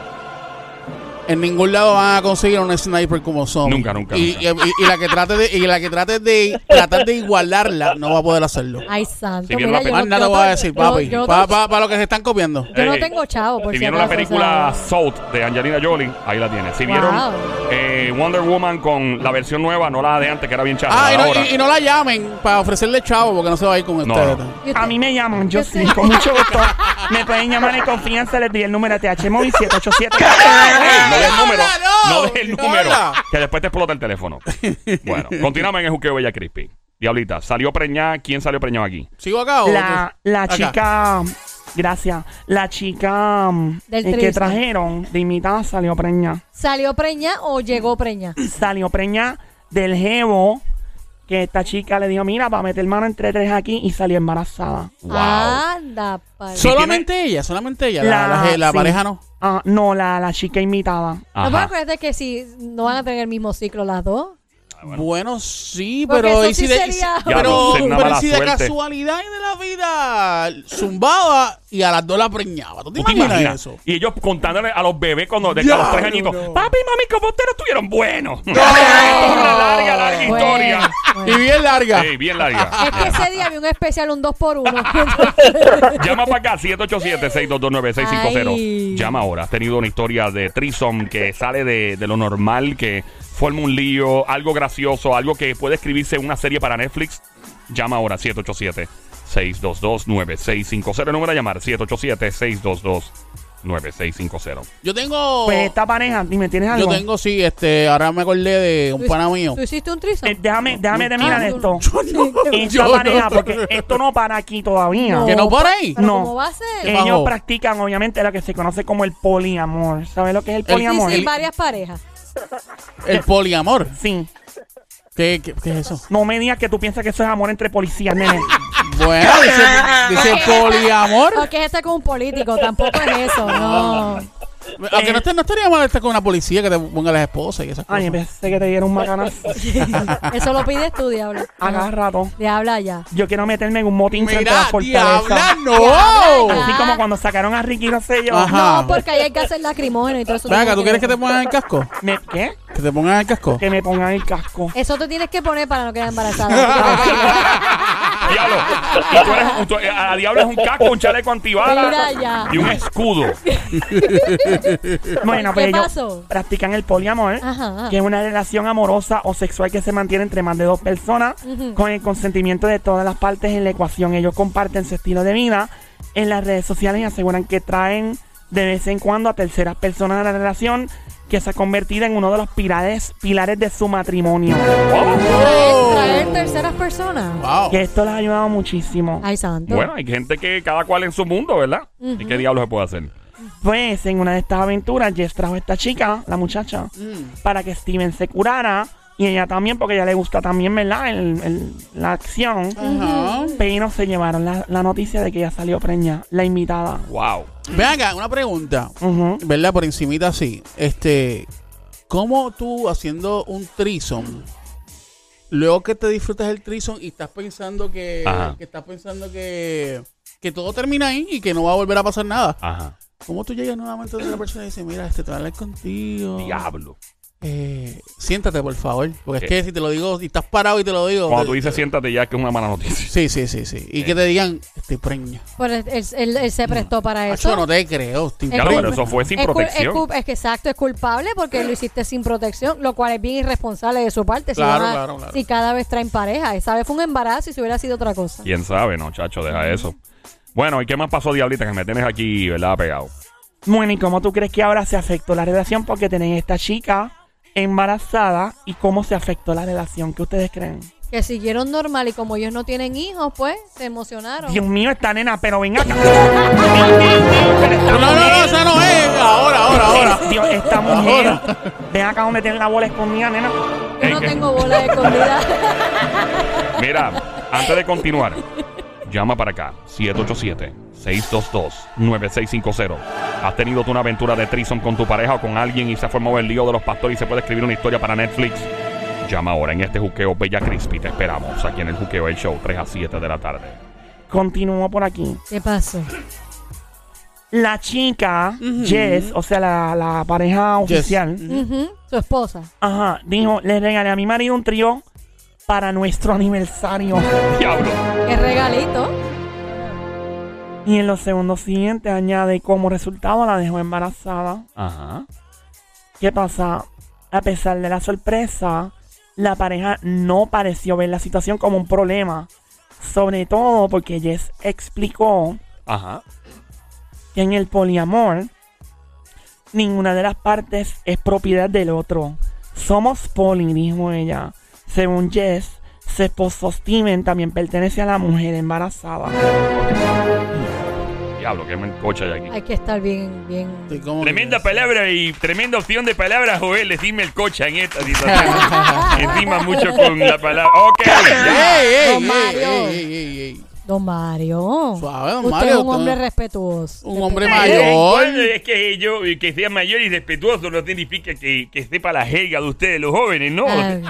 Speaker 2: En ningún lado van a conseguir un sniper como son.
Speaker 1: Nunca, nunca,
Speaker 2: Y,
Speaker 1: nunca.
Speaker 2: y- y- y la que trate de, y la que trate de tratar de igualarla no va a poder hacerlo.
Speaker 3: Ay, santo.
Speaker 1: Si bien
Speaker 3: mira,
Speaker 1: la
Speaker 3: Ah, yo
Speaker 1: pe-
Speaker 2: Más
Speaker 3: no-
Speaker 2: nada
Speaker 3: yo
Speaker 2: voy a
Speaker 3: no-
Speaker 2: decir,
Speaker 3: yo no-
Speaker 2: papi.
Speaker 3: yo no-
Speaker 2: Para lo que se están copiando.
Speaker 3: Yo no
Speaker 1: Ey,
Speaker 3: tengo chavo, por
Speaker 1: Si
Speaker 3: si
Speaker 1: vieron la
Speaker 3: acaso,
Speaker 1: película
Speaker 3: o sea.
Speaker 1: Salt de Angelina Jolie, ahí la tiene. Si
Speaker 3: Wow.
Speaker 1: vieron eh, Wonder Woman con la versión nueva, no la de antes, que era bien chata.
Speaker 2: Ah, y
Speaker 1: la de
Speaker 2: no,
Speaker 1: ahora.
Speaker 2: y- y no la llamen para ofrecerle chavo porque no se va a ir con
Speaker 1: No,
Speaker 2: ustedes.
Speaker 1: no.
Speaker 3: Y usted-
Speaker 4: A mí me llaman, yo
Speaker 3: Yo
Speaker 4: sí,
Speaker 3: sé.
Speaker 4: con mucho gusto. Me pueden llamar en confianza, les di el número de TH Móvil 787.
Speaker 1: no des el número.
Speaker 2: Habla,
Speaker 1: No
Speaker 2: no.
Speaker 1: des el número.
Speaker 2: Habla.
Speaker 1: Que después te explota el teléfono. Bueno, continuamos en el juqueo Bella Crispy. Diablita, salió preñada. ¿Quién salió preñado aquí?
Speaker 2: ¿Sigo acá o
Speaker 4: La,
Speaker 2: tú-
Speaker 4: la
Speaker 2: Ah, acá?
Speaker 4: chica, gracias, la chica mm,
Speaker 3: Del
Speaker 4: eh, que
Speaker 3: trisne.
Speaker 4: trajeron de imitada salió preña.
Speaker 3: ¿Salió preña o llegó preña?
Speaker 4: Salió preña del jevo que esta chica le dijo, mira, para meter mano entre tres aquí y salió embarazada.
Speaker 1: Wow.
Speaker 3: Ah. Anda, pal.
Speaker 1: Sí.
Speaker 2: Solamente ella, solamente ella. La, la- la
Speaker 4: sí.
Speaker 2: pareja no.
Speaker 4: Ah, no, la, la chica imitada.
Speaker 3: No,
Speaker 1: Ajá.
Speaker 3: pero acuérdate que si no van a tener el mismo ciclo las dos.
Speaker 2: Bueno. sí,
Speaker 3: Porque
Speaker 2: pero
Speaker 3: eso
Speaker 2: y si
Speaker 3: sí
Speaker 2: de,
Speaker 3: sería-
Speaker 2: y si-
Speaker 3: Ya,
Speaker 1: Ah, no,
Speaker 2: pero,
Speaker 1: sería una
Speaker 2: pero
Speaker 1: mala
Speaker 2: si de
Speaker 1: suerte.
Speaker 2: casualidad y de la vida zumbaba y a las dos la preñaba. ¿Tú te
Speaker 1: ¿Tú te
Speaker 2: imaginas
Speaker 1: imaginas?
Speaker 2: eso?
Speaker 1: Y ellos contándole a los bebés cuando de, a los
Speaker 2: Diablo,
Speaker 1: tres añitos.
Speaker 2: no.
Speaker 1: Papi y mami, como ustedes estuvieron buenos. Esto es una larga, larga
Speaker 3: Bueno,
Speaker 1: historia.
Speaker 3: bueno.
Speaker 2: Y bien larga.
Speaker 1: Ey, bien larga.
Speaker 3: Es que ese día vi un especial, un 2x1.
Speaker 1: Llama para acá, 787-622-9650.
Speaker 3: Ay.
Speaker 1: Llama ahora. Has tenido una historia de Trison que sale de, de lo normal, que forma un lío, algo gracioso, algo que puede escribirse en una serie para Netflix. Llama ahora, 787-622-9650. El número a llamar, 787-622-9650.
Speaker 2: Yo tengo.
Speaker 4: Pues esta pareja, dime, ¿tienes
Speaker 2: Oh. Yo
Speaker 4: algo?
Speaker 2: tengo, sí, este. Ahora me acordé de un pana mío.
Speaker 3: ¿Tú hiciste un trizo?
Speaker 4: Eh, déjame, déjame terminar
Speaker 3: Ah,
Speaker 4: esto. Esta
Speaker 2: Yo no.
Speaker 4: pareja, porque esto no para aquí todavía.
Speaker 2: ¿Que no para ahí?
Speaker 3: ¿Pero
Speaker 4: No.
Speaker 3: ¿Cómo va a ser?
Speaker 2: Eh,
Speaker 4: Ellos
Speaker 2: Bajo.
Speaker 4: practican, obviamente, lo que se conoce como el poliamor. ¿Sabes lo que es el poliamor?
Speaker 3: sí, sí,
Speaker 2: el-
Speaker 3: varias parejas.
Speaker 2: El poliamor.
Speaker 4: Sí.
Speaker 2: ¿Qué, qué, qué es eso?
Speaker 4: No me digas que tú piensas que eso es amor entre policías, nene.
Speaker 2: Bueno, dice, dice poliamor.
Speaker 3: Porque es este con un político, tampoco es eso, no.
Speaker 2: Aunque no, esté- no estaría mal estar con una policía que te ponga las esposas y esas cosas.
Speaker 4: Eh. Ay, pensé que te dieron un macanazo.
Speaker 3: Eso lo pides tú, diablo.
Speaker 4: Haga rato.
Speaker 3: Diabla ya.
Speaker 4: Yo quiero meterme en un motín frente a la
Speaker 2: Mira, diabla,
Speaker 4: fortaleza.
Speaker 2: no.
Speaker 3: Diabla,
Speaker 4: Así como cuando sacaron a Ricky Rosselló.
Speaker 2: Ajá.
Speaker 3: No, porque ahí hay que hacer lacrimógeno y todo eso.
Speaker 2: Venga, ¿tú
Speaker 3: tiene
Speaker 2: quieres que te pongan el casco?
Speaker 4: Me- ¿Qué?
Speaker 2: Que te pongan el casco.
Speaker 4: Que me pongan el casco.
Speaker 3: Eso te tienes que poner para no quedar embarazada.
Speaker 1: Diablo, y tú eres, un- tú- eh, a, a Diablo es un casco, un chaleco antibalas
Speaker 3: Mira ya.
Speaker 1: y un escudo.
Speaker 4: Bueno,
Speaker 3: ¿Qué
Speaker 4: pues ellos
Speaker 3: pasó?
Speaker 4: practican el poliamor,
Speaker 3: Ajá, ajá.
Speaker 4: que es una relación amorosa o sexual que se mantiene entre más de dos personas con el consentimiento de todas las partes en la ecuación. Ellos comparten su estilo de vida en las redes sociales y aseguran que traen de vez en cuando a terceras personas a la relación que se ha convertido en uno de los pilares, pilares de su matrimonio.
Speaker 3: Traer, traer terceras personas.
Speaker 2: Wow.
Speaker 4: Que esto les ha ayudado muchísimo.
Speaker 3: Ay, santo.
Speaker 1: Bueno, hay gente que cada cual en su mundo, ¿verdad? ¿Y qué diablo se puede hacer?
Speaker 4: Pues en una de estas aventuras, Jess trajo a esta chica, la muchacha, para que Steven se curara. Y ella también, porque a ella le gusta también, ¿verdad? El- el- la acción.
Speaker 2: Ajá.
Speaker 4: Pero se llevaron la, la noticia de que ella salió preña, la invitada.
Speaker 1: Wow.
Speaker 2: Ven acá, una pregunta.
Speaker 4: Ujú.
Speaker 2: ¿Verdad? Por encimita así. Este, ¿cómo tú haciendo un trison, luego que te disfrutas el trison y estás pensando que,
Speaker 1: Ajá.
Speaker 2: que estás pensando que, que todo termina ahí y que no va a volver a pasar nada?
Speaker 1: Ajá.
Speaker 2: ¿Cómo tú llegas nuevamente a la persona y dices, mira, este te voy a hablar contigo?
Speaker 1: Diablo.
Speaker 2: Eh, siéntate, por favor. Porque
Speaker 1: ¿Qué?
Speaker 2: es que si te lo digo, si estás parado y te lo digo.
Speaker 1: Cuando
Speaker 2: te-
Speaker 1: tú dices siéntate ya, es que es una mala noticia.
Speaker 2: Sí, sí, sí, sí. Y que te digan, estoy preña.
Speaker 3: Pues él, él- él- él se prestó para
Speaker 2: Acho,
Speaker 3: eso.
Speaker 2: no te creo, estoy
Speaker 1: Claro,
Speaker 3: cul-
Speaker 1: pero eso fue sin
Speaker 3: es cul-
Speaker 1: protección.
Speaker 3: Es, cul- es que exacto, es culpable porque lo hiciste sin protección, lo cual es bien irresponsable de su parte. si
Speaker 2: Claro,
Speaker 3: van a-
Speaker 2: claro, claro.
Speaker 3: Si cada vez traen pareja. Esa vez fue un embarazo y si hubiera sido otra cosa.
Speaker 1: Quién sabe, no, chacho, deja eso. Bueno, ¿y qué más pasó, Diablita? Que me tienes aquí, ¿verdad? Pegado.
Speaker 4: Bueno, ¿y cómo tú crees que ahora se afectó la relación? Porque tenéis esta chica embarazada. ¿Y cómo se afectó la relación? ¿Qué ustedes creen?
Speaker 3: Que siguieron normal y como ellos no tienen hijos, pues se emocionaron.
Speaker 4: Dios mío, esta nena, pero ven acá. No,
Speaker 2: No, no, no, esa no es. Ahora, ahora, ahora.
Speaker 4: Dios, esta mujer.
Speaker 2: Ahora.
Speaker 4: Ven acá donde tiene la bola escondida, nena.
Speaker 3: Yo no tengo bola de escondida.
Speaker 1: Mira, antes de continuar, llama para acá, 787-622-9650. ¿Has tenido tú una aventura de trison con tu pareja o con alguien y se ha formado el lío de los pastores y se puede escribir una historia para Netflix? Llama ahora en este juqueo Bella Crispy. Te esperamos aquí en el juqueo del show, 3 a 7 de la tarde.
Speaker 4: Continúo por aquí.
Speaker 3: ¿Qué pasó?
Speaker 4: La chica, Jess, o sea, la, la pareja
Speaker 2: Yes.
Speaker 4: oficial,
Speaker 3: Ujú, Su esposa.
Speaker 4: ajá, dijo, le regalé a mi marido un trío para nuestro aniversario.
Speaker 1: ¡Diablo!
Speaker 3: Qué regalito.
Speaker 4: Y en los segundos siguientes añade, como resultado la dejó embarazada.
Speaker 1: Ajá.
Speaker 4: ¿Qué pasa? A pesar de la sorpresa, la pareja no pareció ver la situación como un problema. Sobre todo porque Jess explicó
Speaker 1: Ajá.
Speaker 4: que en el poliamor ninguna de las partes es propiedad del otro. Somos poli, dijo ella. Según Jess, se sostienen también pertenece a la mujer embarazada.
Speaker 1: Diablo, qué mencocha hay aquí.
Speaker 3: Hay que estar bien, bien.
Speaker 2: Estoy como-
Speaker 1: Tremenda palabra y tremenda opción de palabras, Joel. Dime el cocha en esta situación. Encima mucho con la palabra. Ok, ya.
Speaker 2: ¡Ey, ey,
Speaker 3: Don
Speaker 2: ey,
Speaker 3: Mario.
Speaker 2: ey, ey, ey, ey!
Speaker 3: Don Mario.
Speaker 2: Suave, don
Speaker 3: Usted
Speaker 2: Mario,
Speaker 3: es un
Speaker 2: usted-
Speaker 3: hombre respetuoso.
Speaker 2: Un hombre
Speaker 3: Respetuoso.
Speaker 1: Ay, ay,
Speaker 2: mayor.
Speaker 1: bueno, Es que yo, eh, que sea mayor y respetuoso no significa que, que sepa la jerga de ustedes, los jóvenes, ¿no?
Speaker 2: Ah.
Speaker 3: Ay.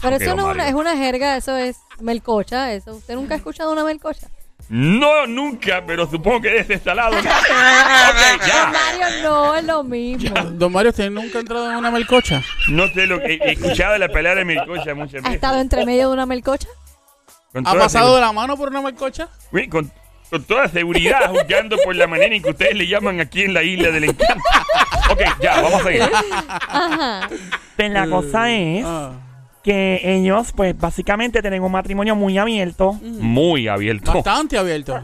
Speaker 3: Pero
Speaker 1: Ok,
Speaker 3: eso
Speaker 1: don
Speaker 3: no es
Speaker 1: Mario.
Speaker 3: una, es una jerga, eso es melcocha. Eso. ¿Usted nunca ha escuchado una melcocha?
Speaker 1: No, nunca, pero supongo que debe ser salado. Ok, ya.
Speaker 3: Mario no es lo mismo.
Speaker 2: Don Mario, ¿usted nunca ha entrado en una melcocha?
Speaker 1: No sé lo que. He escuchado la palabra melcocha muchas
Speaker 3: ¿Ha
Speaker 1: veces.
Speaker 3: estado entre medio de una melcocha?
Speaker 1: Con
Speaker 2: ¿Ha
Speaker 1: toda
Speaker 2: pasado de la mano por una melcocha?
Speaker 1: segu- Uy, Con, con toda seguridad, juzgando por la manera en que ustedes le llaman aquí en la isla del encanto. Ok, ya, vamos a seguir.
Speaker 3: Ajá.
Speaker 4: Pues la cosa es
Speaker 2: Ah,
Speaker 4: que ellos, pues básicamente tienen un matrimonio muy abierto
Speaker 1: Muy abierto.
Speaker 2: bastante abierto.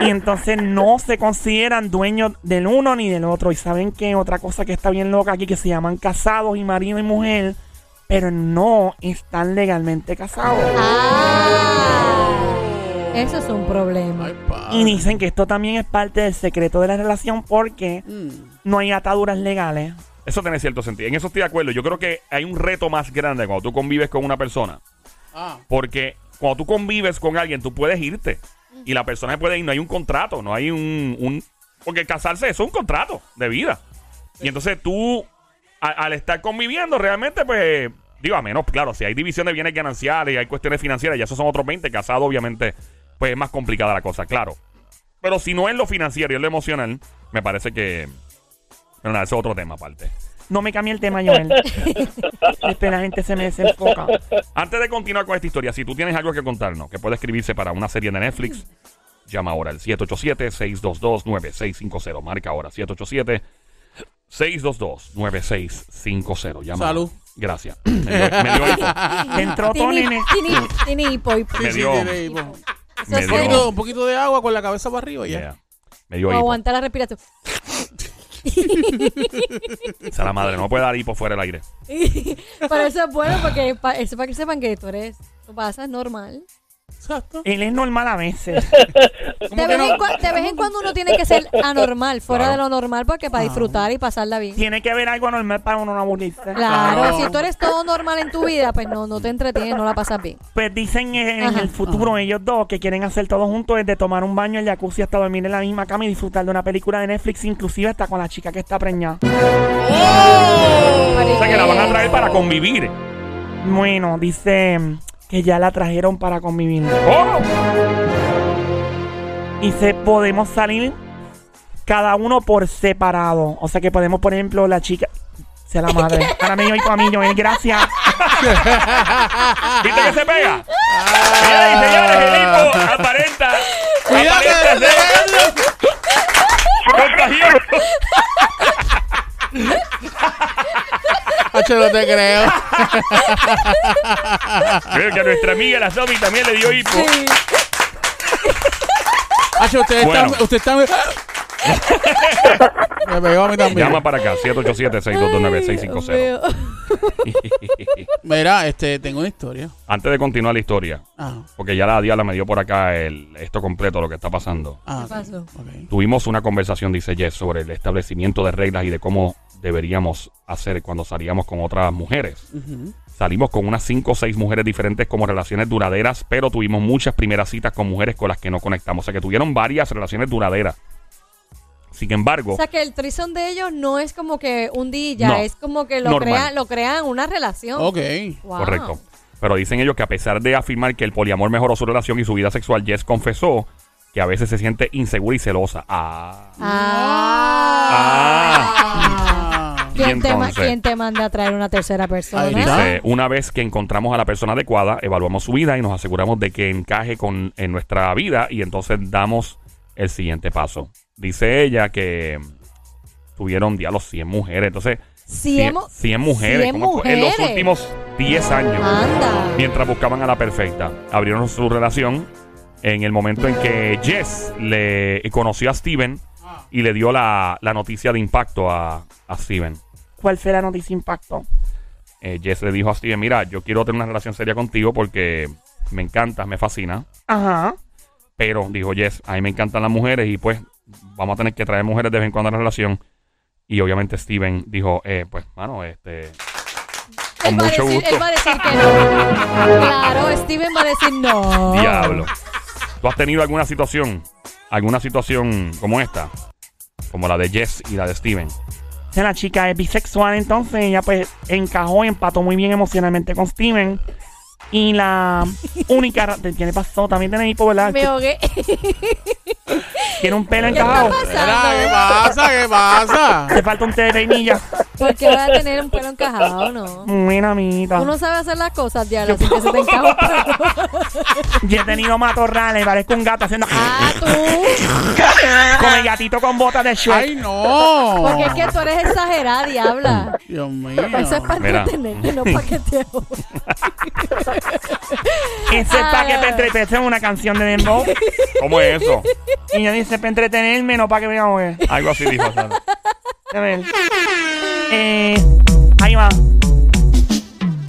Speaker 4: y entonces no se consideran dueños del uno ni del otro. Y saben que otra cosa que está bien loca aquí, que se llaman casados y marido y mujer, pero no están legalmente casados.
Speaker 3: Ah. Eso es un problema.
Speaker 2: Ay, pa.
Speaker 4: Y dicen que esto también es parte del secreto de la relación porque
Speaker 2: Mm.
Speaker 4: no hay ataduras legales.
Speaker 1: Eso tiene cierto sentido. En eso estoy de acuerdo. Yo creo que hay un reto más grande cuando tú convives con una persona.
Speaker 2: Ah,
Speaker 1: Porque cuando tú convives con alguien, tú puedes irte. Y la persona se puede ir. No hay un contrato, no hay un... un- porque casarse eso es un contrato de vida. Y entonces tú, a- al estar conviviendo, realmente, pues... Digo, a menos, claro, si hay división de bienes gananciales y hay cuestiones financieras, ya esos son otros 20. Casado, obviamente, pues es más complicada la cosa, claro. Pero si no es lo financiero y es lo emocional, me parece que... Pero nada, eso es otro tema aparte.
Speaker 4: No me cambie el tema, Joel. Después la gente se me desenfoca.
Speaker 1: Antes de continuar con esta historia, si tú tienes algo que contarnos, que puede escribirse para una serie de Netflix, llama ahora al 787-622-9650. Marca ahora 787-622-9650. Llama.
Speaker 2: Salud.
Speaker 1: ahora. Gracias. Me dio, me dio hipo.
Speaker 4: Entró todo,
Speaker 3: Tini,
Speaker 4: nene.
Speaker 3: tini, tini, hipo, hipo.
Speaker 1: Me
Speaker 2: sí,
Speaker 1: dio.
Speaker 2: tiene hipo. Un
Speaker 1: Me dio.
Speaker 3: Eso es
Speaker 2: poquito- Un poquito de agua con la cabeza para arriba y ya.
Speaker 1: Yeah. Me dio hipo.
Speaker 3: aguantar la respiración.
Speaker 1: Esa es la madre. No puede dar hipo fuera del aire.
Speaker 3: Pero eso es bueno porque pa- eso es para que sepan que tú eres, tú pasas normal.
Speaker 2: Exacto.
Speaker 4: Él es normal a veces.
Speaker 3: De vez, en cua- de vez en cuando uno tiene que ser anormal, fuera
Speaker 1: Claro. Ah.
Speaker 3: de lo normal, porque para disfrutar y pasarla bien.
Speaker 4: Tiene que haber algo normal para uno no aburrirse.
Speaker 3: Claro,
Speaker 2: Claro.
Speaker 3: si tú eres todo normal en tu vida, pues no, no te entretienes, no la pasas bien.
Speaker 4: Pues dicen eh, en
Speaker 3: Ajá.
Speaker 4: el futuro ellos dos que quieren hacer todo juntos desde tomar un baño en jacuzzi hasta dormir en la misma cama y disfrutar de una película de Netflix, inclusive hasta con la chica que está preñada.
Speaker 1: O sea que la van a traer para convivir.
Speaker 4: Bueno, dice mm, que ya la trajeron para convivir.
Speaker 1: ¡Oh!
Speaker 4: Y se podemos salir cada uno por separado. O sea que podemos, por ejemplo, la chica. Sea la madre. Ahora me dio hipo a mí, Joel, gracias.
Speaker 1: ¿Viste que se pega?
Speaker 2: Ah.
Speaker 1: Señoras y señores, el hipo aparenta.
Speaker 2: Cuídate,
Speaker 1: aparenta ser contagioso.
Speaker 2: Hacho, no te creo.
Speaker 1: Creo que a nuestra amiga la zombie también le dio hipo.
Speaker 2: Hacho, usted
Speaker 1: Bueno.
Speaker 2: está. Usted está. Me pegó a mí también.
Speaker 1: Llama para acá, 787 629
Speaker 3: Ay,
Speaker 1: 650
Speaker 3: Dios mío.
Speaker 2: Mira, este, tengo una historia.
Speaker 1: Antes de continuar la historia,
Speaker 2: Ah,
Speaker 1: porque ya la diabla me dio por acá el, esto completo, lo que está pasando.
Speaker 2: ah.
Speaker 3: ¿Qué pasó?
Speaker 2: ok.
Speaker 1: Tuvimos una conversación, dice Jess, sobre el establecimiento de reglas y de cómo deberíamos hacer cuando salíamos con otras mujeres.
Speaker 2: Ujú.
Speaker 1: Salimos con unas 5 o 6 mujeres diferentes como relaciones duraderas, pero tuvimos muchas primeras citas con mujeres con las que no conectamos. O sea que tuvieron varias relaciones duraderas. Sin embargo,
Speaker 3: O sea que el trison de ellos no es como que un día, ya,
Speaker 1: No.
Speaker 3: es como que lo
Speaker 1: Normal.
Speaker 3: crean, lo crean una relación.
Speaker 2: Ok.
Speaker 3: Wow.
Speaker 1: Correcto. Pero dicen ellos que a pesar de afirmar que el poliamor mejoró su relación y su vida sexual, Jess confesó que a veces se siente insegura y celosa. Ah.
Speaker 3: Ah.
Speaker 2: Ah.
Speaker 1: Y
Speaker 3: ¿Quién, te ma-
Speaker 1: entonces-
Speaker 3: quién te manda a traer una tercera
Speaker 2: Ahí
Speaker 3: persona?
Speaker 2: está.
Speaker 1: Dice, una vez que encontramos a la persona adecuada, evaluamos su vida y nos aseguramos de que encaje con en nuestra vida y entonces damos el siguiente paso. Dice ella que tuvieron diálogos 100 mujeres. Entonces,
Speaker 3: Cien,
Speaker 1: 100 mujeres,
Speaker 3: 100
Speaker 1: ¿cómo fue? en los
Speaker 3: mujeres.
Speaker 1: últimos 10 años.
Speaker 3: Anda.
Speaker 1: mientras buscaban a la perfecta. Abrieron su relación en el momento en que Jess le eh, conoció a Steven y le dio la, la noticia de impacto a, a Steven.
Speaker 4: ¿Cuál será la noticia impacto?
Speaker 1: Eh, Jess le dijo a Steven, mira, yo quiero tener una relación seria contigo porque me encantas, me fascina.
Speaker 4: Ajá.
Speaker 1: Pero, dijo Jess, a mí me encantan las mujeres y pues vamos a tener que traer mujeres de vez en cuando a la relación. Y obviamente Steven dijo, eh, pues, mano, este... Con
Speaker 3: Él va, a
Speaker 1: mucho
Speaker 3: decir,
Speaker 1: gusto.
Speaker 3: él va a decir que no. Claro, Steven va a decir no.
Speaker 1: Diablo. ¿Tú has tenido alguna situación, alguna situación como esta? Como la de Jess y la de Steven.
Speaker 4: O sea, la chica es bisexual, entonces ella pues encajó, empató muy bien emocionalmente con Steven. Y la única... ra- ¿Qué le pasó? También tiene hipo, ¿verdad?
Speaker 3: Me ahogué.
Speaker 4: Tiene un pelo
Speaker 3: ¿Qué está
Speaker 4: encajado.
Speaker 2: Mira, ¿Qué
Speaker 3: pasando?
Speaker 2: pasa? ¿Qué pasa?
Speaker 4: Te falta un té de vainilla.
Speaker 3: Porque voy a tener un pelo encajado, ¿no?
Speaker 4: Mira, amiguita.
Speaker 3: Uno sabe hacer las cosas, Diablo, así que se te encaja un pelo.
Speaker 4: Yo he tenido matorrales, parezco un gato haciendo...
Speaker 3: Ah, tú.
Speaker 4: Con el gatito con botas de Shrek.
Speaker 2: ¡Ay, no!
Speaker 3: Porque es que tú eres exagerada, Diabla.
Speaker 2: Dios mío.
Speaker 3: Eso es para
Speaker 1: Mira.
Speaker 3: entretenerte, no para que te ahogues.
Speaker 4: Ese es para que
Speaker 3: Ah.
Speaker 4: te entretengas en una canción de Dembow.
Speaker 1: ¿Cómo es eso?
Speaker 4: Y ella dice, para entretenerme, no para que me ahogue.
Speaker 1: Algo así dijo. Sandra.
Speaker 4: A ver. Eh, ahí va.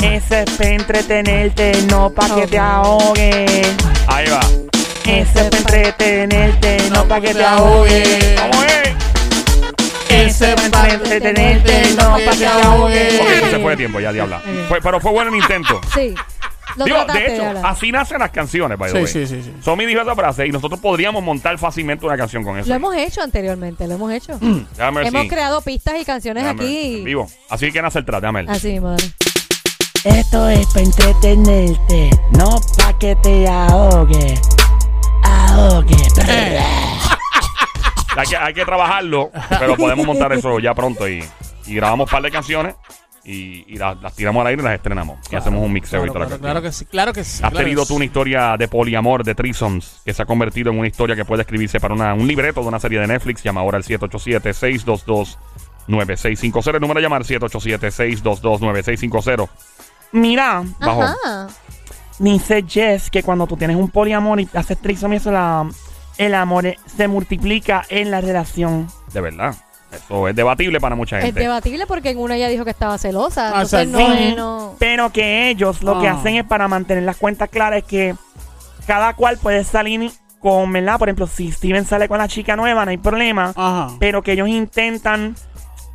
Speaker 4: Ese es para entretenerte, no para que te ahogue.
Speaker 1: Ahí va.
Speaker 4: Ese es para entretenerte, no para que te ahogue.
Speaker 1: ¿Cómo es?
Speaker 4: Ese es para entretenerte, no para que te
Speaker 1: Ok,
Speaker 4: ahogue.
Speaker 1: no se fue de tiempo, ya diabla. Fue- pero fue bueno el intento.
Speaker 3: Sí. Lo
Speaker 1: Digo,
Speaker 3: trataste,
Speaker 1: de hecho,
Speaker 3: Diabla.
Speaker 1: así nacen las canciones, by the
Speaker 2: Sí,
Speaker 1: way.
Speaker 2: sí, sí, sí.
Speaker 1: Somi dijo esa frase y nosotros podríamos montar fácilmente una canción con eso.
Speaker 3: Lo hemos hecho anteriormente, lo hemos hecho.
Speaker 1: Déjame ver
Speaker 3: Hemos
Speaker 1: si-
Speaker 3: creado pistas y canciones
Speaker 1: Mm. Pues déjame ver, en
Speaker 3: aquí.
Speaker 1: Vivo. Así que nace el track, déjame ver.
Speaker 3: Así mismo. dale.
Speaker 4: Esto es para entretenerte, no para que te ahogue.
Speaker 2: Eh.
Speaker 4: Ahogue.
Speaker 1: Hay que, hay que trabajarlo, pero podemos montar eso ya pronto y, y grabamos un par de canciones y, y las, las tiramos al aire y las estrenamos. y hacemos un mixeo
Speaker 2: Claro,
Speaker 1: y toda la
Speaker 2: claro, claro
Speaker 1: cuestión.
Speaker 2: que sí, claro que sí.
Speaker 1: ¿Has
Speaker 2: claro
Speaker 1: tenido
Speaker 2: que
Speaker 1: tú una
Speaker 2: sí.
Speaker 1: historia de poliamor, de trisoms, que se ha convertido en una historia que puede escribirse para una- un libreto de una serie de Netflix? Llama ahora al 787-622-9650. El número a llamar 787-622-9650.
Speaker 4: Mira,
Speaker 1: Bajo.
Speaker 3: Ajá.
Speaker 4: dice Jess que cuando tú tienes un poliamor y haces trisomy, eso la, el amor eh, se multiplica en la relación.
Speaker 1: De verdad. Eso es debatible para mucha
Speaker 3: Es
Speaker 1: gente.
Speaker 3: debatible porque en una ella dijo que estaba celosa.
Speaker 2: Ah,
Speaker 3: entonces no,
Speaker 2: sí.
Speaker 3: eh, no.
Speaker 4: Pero que ellos lo que
Speaker 2: Ah.
Speaker 4: hacen es para mantener las cuentas claras es que cada cual puede salir con, ¿verdad? Por ejemplo, si Steven sale con la chica nueva, no hay problema.
Speaker 3: Ah.
Speaker 2: Ajá.
Speaker 4: Pero que ellos intentan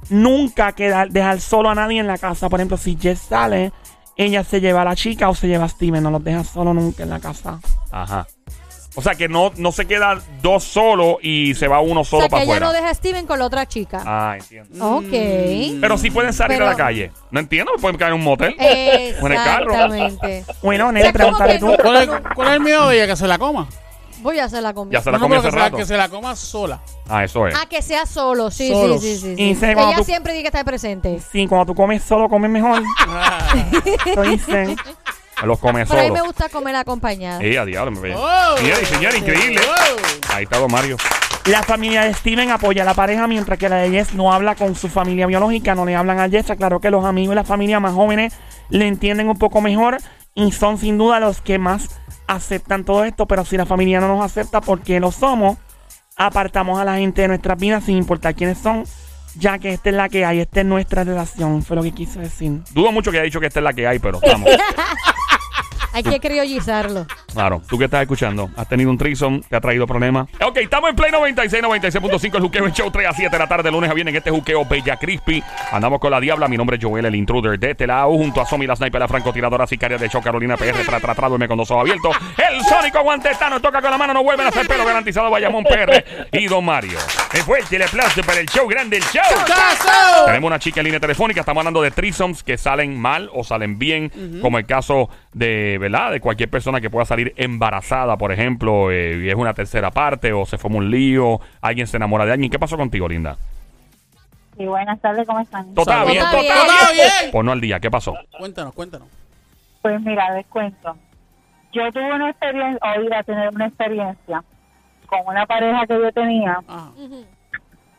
Speaker 4: nunca quedar, dejar solo a nadie en la casa. Por ejemplo, si Jess sale, ella se lleva a la chica o se lleva a Steven. No los deja solo nunca en la casa.
Speaker 1: Ajá. O sea que no, no se quedan dos solo y se va uno
Speaker 3: O
Speaker 1: solo
Speaker 3: sea, que
Speaker 1: para
Speaker 3: ella
Speaker 1: afuera.
Speaker 3: no deja a Steven con la otra chica.
Speaker 1: Ah, Mm. entiendo.
Speaker 3: Ok.
Speaker 1: Pero si pueden salir
Speaker 3: Pero- Eh,
Speaker 1: a la calle. No entiendo, pueden caer en un motel. O en el carro.
Speaker 3: Exactamente.
Speaker 4: Bueno,
Speaker 3: O sea,
Speaker 4: Nel,
Speaker 3: como
Speaker 4: pregúntale
Speaker 3: que
Speaker 4: tú.
Speaker 3: no-
Speaker 2: ¿Cuál es, ¿Cuál es el miedo de ella que se la coma?
Speaker 3: Voy a hacer la comida.
Speaker 1: Ya se la
Speaker 2: No,
Speaker 1: comió
Speaker 2: pero que,
Speaker 1: hace
Speaker 2: se la,
Speaker 1: rato.
Speaker 2: que se la coma sola.
Speaker 1: Ah, eso es.
Speaker 3: Ah, que sea solo. Sí,
Speaker 2: Solo.
Speaker 3: sí, sí, sí. sí.
Speaker 4: Y se- cuando
Speaker 3: Ella
Speaker 4: tú-
Speaker 3: siempre dice que está presente.
Speaker 4: Sí, cuando tú comes solo, comes mejor. Lo dicen.
Speaker 1: Los come
Speaker 3: Pero a mí me
Speaker 1: solo.
Speaker 3: gusta comer acompañada.
Speaker 1: Eh, a diablo, me ve.
Speaker 2: Oh.
Speaker 1: Señora y señora, increíble.
Speaker 2: Oh.
Speaker 1: Ahí está Don Mario.
Speaker 4: La familia de Steven apoya a la pareja mientras que la de Jess no habla con su familia biológica, no le hablan a Jess. Claro que los amigos y la familia más jóvenes le entienden un poco mejor y son sin duda los que más aceptan todo esto. Pero si la familia no nos acepta porque lo somos, apartamos a la gente de nuestras vidas sin importar quiénes son. ya que esta es la que hay, esta es nuestra relación, fue lo que quiso decir.
Speaker 1: Dudo mucho que haya dicho que esta es la que hay, pero estamos.
Speaker 3: Hay que criollizarlo.
Speaker 1: Claro, tú que estás escuchando, has tenido un trison, te ha traído problemas. Ok, estamos en Play 96, 96.5, el Juqueo Show, 3 a 7 de la tarde, lunes a viernes, en este Juqueo Bella Crispy. Andamos con la Diabla, mi nombre es Joel, el intruder de Telao, junto a Somi, la sniper, la francotiradora sicaria de show, Carolina PR, tra, tra, tra, duerme con los ojos abiertos. El sónico guantetano toca con la mano, no vuelven a hacer pelo garantizado, Bayamón PR y Don Mario. Es fuerte el aplauso para el show, grande el show.
Speaker 2: ¡Caso!
Speaker 1: Tenemos una chica en línea telefónica, estamos hablando de trisoms que salen mal o salen bien, como el caso de, ¿verdad? De cualquier persona que pueda salir embarazada, por ejemplo, eh, y es una tercera parte o se forma un lío, alguien se enamora de alguien. ¿Qué pasó contigo, linda?
Speaker 5: Y buenas tardes, ¿cómo están?
Speaker 1: Total
Speaker 3: Todo
Speaker 1: bien,
Speaker 3: está
Speaker 1: total
Speaker 3: bien.
Speaker 1: bien.
Speaker 2: ¡Todo bien!
Speaker 1: Ponlo al día, ¿qué pasó?
Speaker 2: Cuéntanos, cuéntanos.
Speaker 5: Pues mira, les cuento. Yo tuve una experiencia, o iba a tener una experiencia con una pareja que yo tenía.
Speaker 2: Ajá,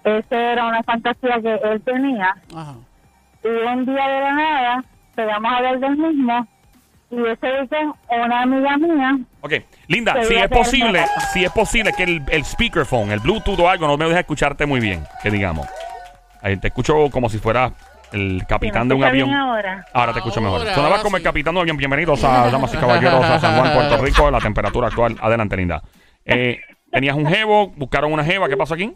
Speaker 5: Esa era una fantasía que él tenía.
Speaker 2: ajá.
Speaker 5: Y un día de la nada, pegamos a hablar del mismo. Y ese día, una amiga mía,
Speaker 1: Ok, linda,
Speaker 5: Te
Speaker 1: si
Speaker 5: voy a
Speaker 1: es
Speaker 5: hacer
Speaker 1: posible,
Speaker 5: una-
Speaker 1: si es posible que el, el speakerphone, el Bluetooth o algo no me deja escucharte muy bien, que digamos. Ahí te escucho como si fueras el
Speaker 5: que
Speaker 1: capitán de
Speaker 5: no
Speaker 1: un
Speaker 5: se sabía
Speaker 1: avión.
Speaker 5: ahora.
Speaker 1: Ahora te escucho mejor.
Speaker 2: Ahora,
Speaker 1: Sonaba
Speaker 2: ahora
Speaker 1: como el
Speaker 2: sí.
Speaker 1: capitán de avión. Bienvenidos a Damas y Caballeros a San Juan, Puerto Rico. La temperatura actual. Adelante, linda. Eh, tenías un jevo, buscaron una jeva. ¿Qué pasó aquí?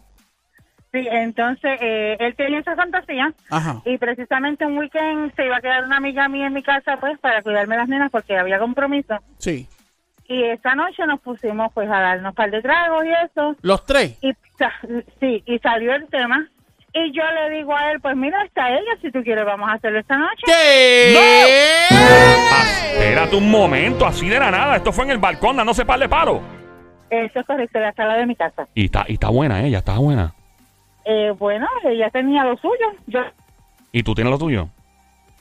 Speaker 5: Sí, entonces eh, él tenía esa fantasía.
Speaker 2: Ajá.
Speaker 5: Y precisamente un weekend se iba a quedar una amiga mía en mi casa, pues, para cuidarme las nenas porque había compromiso.
Speaker 2: Sí.
Speaker 5: Y esa noche nos pusimos, pues, a darnos par de tragos y eso.
Speaker 2: Los tres.
Speaker 5: y sa- sí y salió el tema y yo le digo a él pues mira está ella si tú quieres vamos a hacerlo esta noche
Speaker 2: ¿Qué?
Speaker 1: Ah, espérate un momento, así de la nada. Esto fue en el balcón, no se par de palo.
Speaker 5: eso es correcto la sala de mi casa
Speaker 1: Y está, y está buena ella, está buena.
Speaker 5: eh, bueno ella tenía lo suyo yo
Speaker 1: ¿Y tú tienes lo tuyo?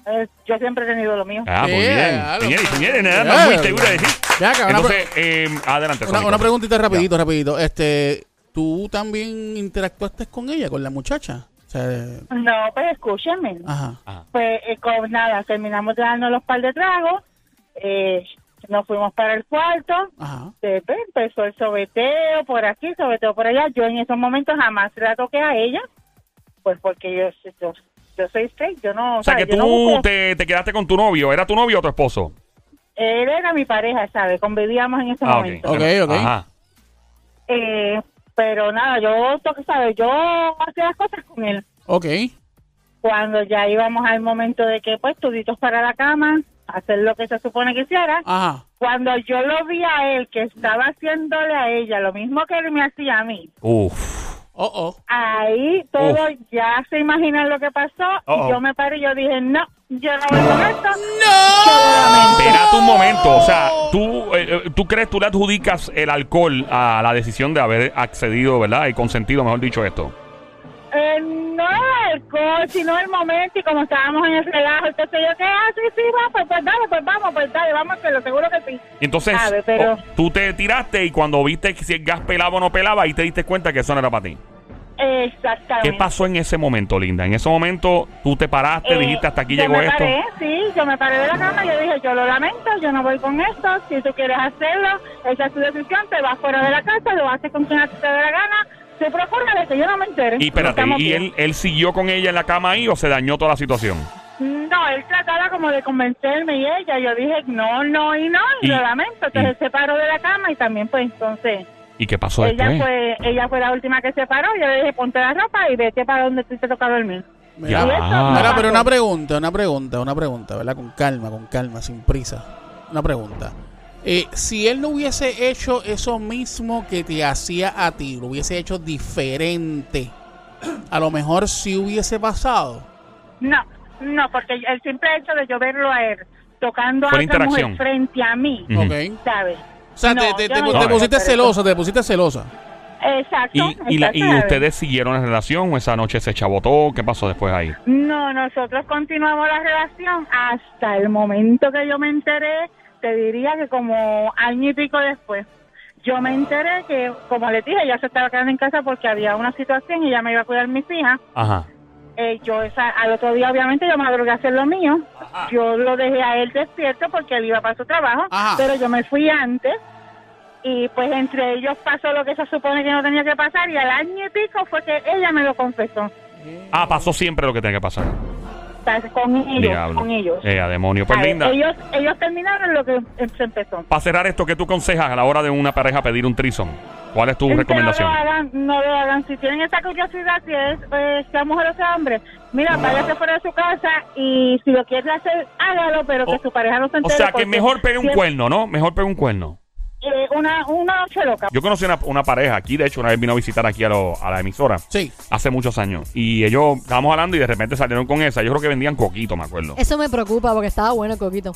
Speaker 5: eh, yo siempre he tenido lo mío
Speaker 1: Ah, muy
Speaker 2: Yeah,
Speaker 1: bien.
Speaker 2: claro.
Speaker 1: Piñera, y Piñera, nada
Speaker 2: Yeah.
Speaker 1: más muy segura de decir.
Speaker 2: Eh, Ya, que una, pre-
Speaker 1: Entonces, eh, adelante.
Speaker 2: una,
Speaker 1: Sónico.
Speaker 2: una preguntita rapidito, rapidito. Este, ¿tú también interactuaste con ella, con la muchacha? O sea, eh,
Speaker 5: no pues escúchame
Speaker 2: ajá.
Speaker 1: Ajá.
Speaker 5: pues eh, con nada terminamos de darnos los par de tragos eh, nos fuimos para el cuarto
Speaker 2: Ajá.
Speaker 5: de- pues, empezó el sobeteo por aquí, sobeteo por allá. Yo en esos momentos jamás la toqué a ella, pues porque yo, yo, yo soy straight, yo no...
Speaker 1: O sea, que
Speaker 5: yo no
Speaker 1: tú
Speaker 5: busco-
Speaker 1: te, te quedaste con tu novio. ¿Era tu novio o tu esposo?
Speaker 5: Él era mi pareja, ¿sabes? Convivíamos en ese
Speaker 1: Ah, ok.
Speaker 5: momento.
Speaker 2: Ok, ok.
Speaker 1: Ajá.
Speaker 5: Eh, pero nada, yo, toqué, ¿sabes? Yo hacía las cosas con él.
Speaker 2: Ok.
Speaker 5: Cuando ya íbamos al momento de que, pues, tuditos para la cama, hacer lo que se supone que hiciera,
Speaker 2: Ajá.
Speaker 5: cuando yo lo vi a él que estaba haciéndole a ella lo mismo que él me hacía a mí,
Speaker 1: Uf.
Speaker 2: Oh, oh.
Speaker 5: Ahí todo ya se imaginan lo que pasó.
Speaker 1: Uh-oh.
Speaker 5: Y yo me paré y yo dije, no, yo no voy con esto.
Speaker 1: Espérate un momento, o sea, tú, eh, eh, tú crees, tú le adjudicas el alcohol a la decisión de haber accedido, ¿verdad? Y consentido, mejor dicho, esto.
Speaker 5: Eh, no el alcohol, sino el momento y como estábamos en el relajo. Entonces yo, ¿qué? Ah, sí, sí, va, pues, pues dale, pues vamos, pues dale, vamos, que lo seguro que sí.
Speaker 1: Y entonces,
Speaker 5: A ver, pero-
Speaker 1: oh, tú te tiraste y cuando viste que si el gas pelaba o no pelaba, ahí te diste cuenta que eso no era para ti.
Speaker 5: Exactamente.
Speaker 1: ¿Qué pasó en ese momento, Linda? En ese momento, tú te paraste,
Speaker 5: Eh,
Speaker 1: dijiste hasta aquí
Speaker 5: yo
Speaker 1: llegó
Speaker 5: me
Speaker 1: esto.
Speaker 5: Paré, sí, yo me paré de la cama y yo dije, yo lo lamento, yo no voy con esto. Si tú quieres hacerlo, esa es tu decisión, te vas fuera de la casa, lo haces con quien a ti te dé la gana. Tú procura de que yo no me entere.
Speaker 1: Y espérate,
Speaker 5: Estamos
Speaker 1: ¿y
Speaker 5: bien.
Speaker 1: él, él siguió con ella en la cama ahí o se dañó toda la situación?
Speaker 5: No, él trataba como de convencerme y ella, yo dije no, no y no, y,
Speaker 1: Y-
Speaker 5: lo lamento. Entonces
Speaker 1: y-
Speaker 5: se paró de la cama y también pues entonces
Speaker 1: ¿Y qué pasó
Speaker 5: ella
Speaker 1: después?
Speaker 5: fue ella fue la última que se paró. Yo le dije ponte la ropa y vete para donde tú te toca dormir.
Speaker 2: Mira,
Speaker 1: Ya.
Speaker 5: no
Speaker 2: Mira,
Speaker 5: pasó.
Speaker 2: pero una pregunta, una pregunta, una pregunta, ¿verdad? Con calma, con calma, sin prisa. Una pregunta. Eh, si él no hubiese hecho eso mismo que te hacía a ti, lo hubiese hecho diferente, a lo mejor sí hubiese pasado.
Speaker 5: No, no, porque el simple hecho de yo verlo a él tocando
Speaker 1: Fue
Speaker 5: a
Speaker 1: la
Speaker 5: otra mujer
Speaker 1: interacción. Mm.
Speaker 5: frente a mí,
Speaker 1: Ujú.
Speaker 2: Ok.
Speaker 5: ¿sabes?
Speaker 2: O sea,
Speaker 5: No,
Speaker 2: te, te-
Speaker 5: yo
Speaker 2: te-
Speaker 5: no
Speaker 2: te
Speaker 5: hice
Speaker 2: pusiste
Speaker 5: eso.
Speaker 2: celosa, te pusiste celosa.
Speaker 5: Exacto.
Speaker 1: Y, y, la-
Speaker 5: exacto,
Speaker 1: y
Speaker 5: ¿sabes?
Speaker 1: ustedes siguieron la relación, o esa noche se chabotó, ¿qué pasó después ahí?
Speaker 5: No, nosotros continuamos la relación hasta el momento que yo me enteré, te diría que como año y pico después. Yo me enteré que, como les dije, ella se estaba quedando en casa porque había una situación y ella me iba a cuidar mis hijas.
Speaker 1: Ajá.
Speaker 5: Eh, yo esa- al otro día, obviamente, yo madrugué a hacer lo mío. Yo lo dejé a él despierto porque él iba para su trabajo,
Speaker 2: Ajá.
Speaker 5: pero yo me fui antes. Y pues entre ellos pasó lo que se supone que no tenía que pasar y al año y pico fue que ella me lo confesó.
Speaker 1: Ah, pasó siempre lo que tenía que pasar.
Speaker 5: Estás Con ellos,
Speaker 1: Diablo.
Speaker 5: con ellos.
Speaker 1: Eh, a demonio. Pues
Speaker 5: A ver,
Speaker 1: linda.
Speaker 5: ellos, ellos terminaron lo que eh, se empezó.
Speaker 1: Para cerrar esto, ¿qué tú aconsejas a la hora de una pareja pedir un trison? ¿Cuál es tu
Speaker 5: Es que
Speaker 1: Uh, recomendación?
Speaker 5: Este, No lo hagan, no lo hagan. Si tienen esa curiosidad, si es eh, sea mujer o sea hombre, mira, váyase fuera de su casa y si lo quiere hacer, hágalo, pero que
Speaker 1: O-
Speaker 5: su pareja no se
Speaker 1: O
Speaker 5: entere.
Speaker 1: sea, que
Speaker 5: porque
Speaker 1: mejor pegue un
Speaker 5: si es,
Speaker 1: cuerno, ¿no? Mejor pegue un cuerno.
Speaker 5: eh, una, una noche loca.
Speaker 1: Yo conocí una, una pareja aquí, de hecho, una vez vino a visitar aquí a, lo- a la emisora.
Speaker 2: Sí.
Speaker 1: Hace muchos años. Y ellos estábamos hablando y de repente salieron con esa. Yo creo que vendían coquito, me acuerdo.
Speaker 3: Eso me preocupa porque estaba bueno el coquito.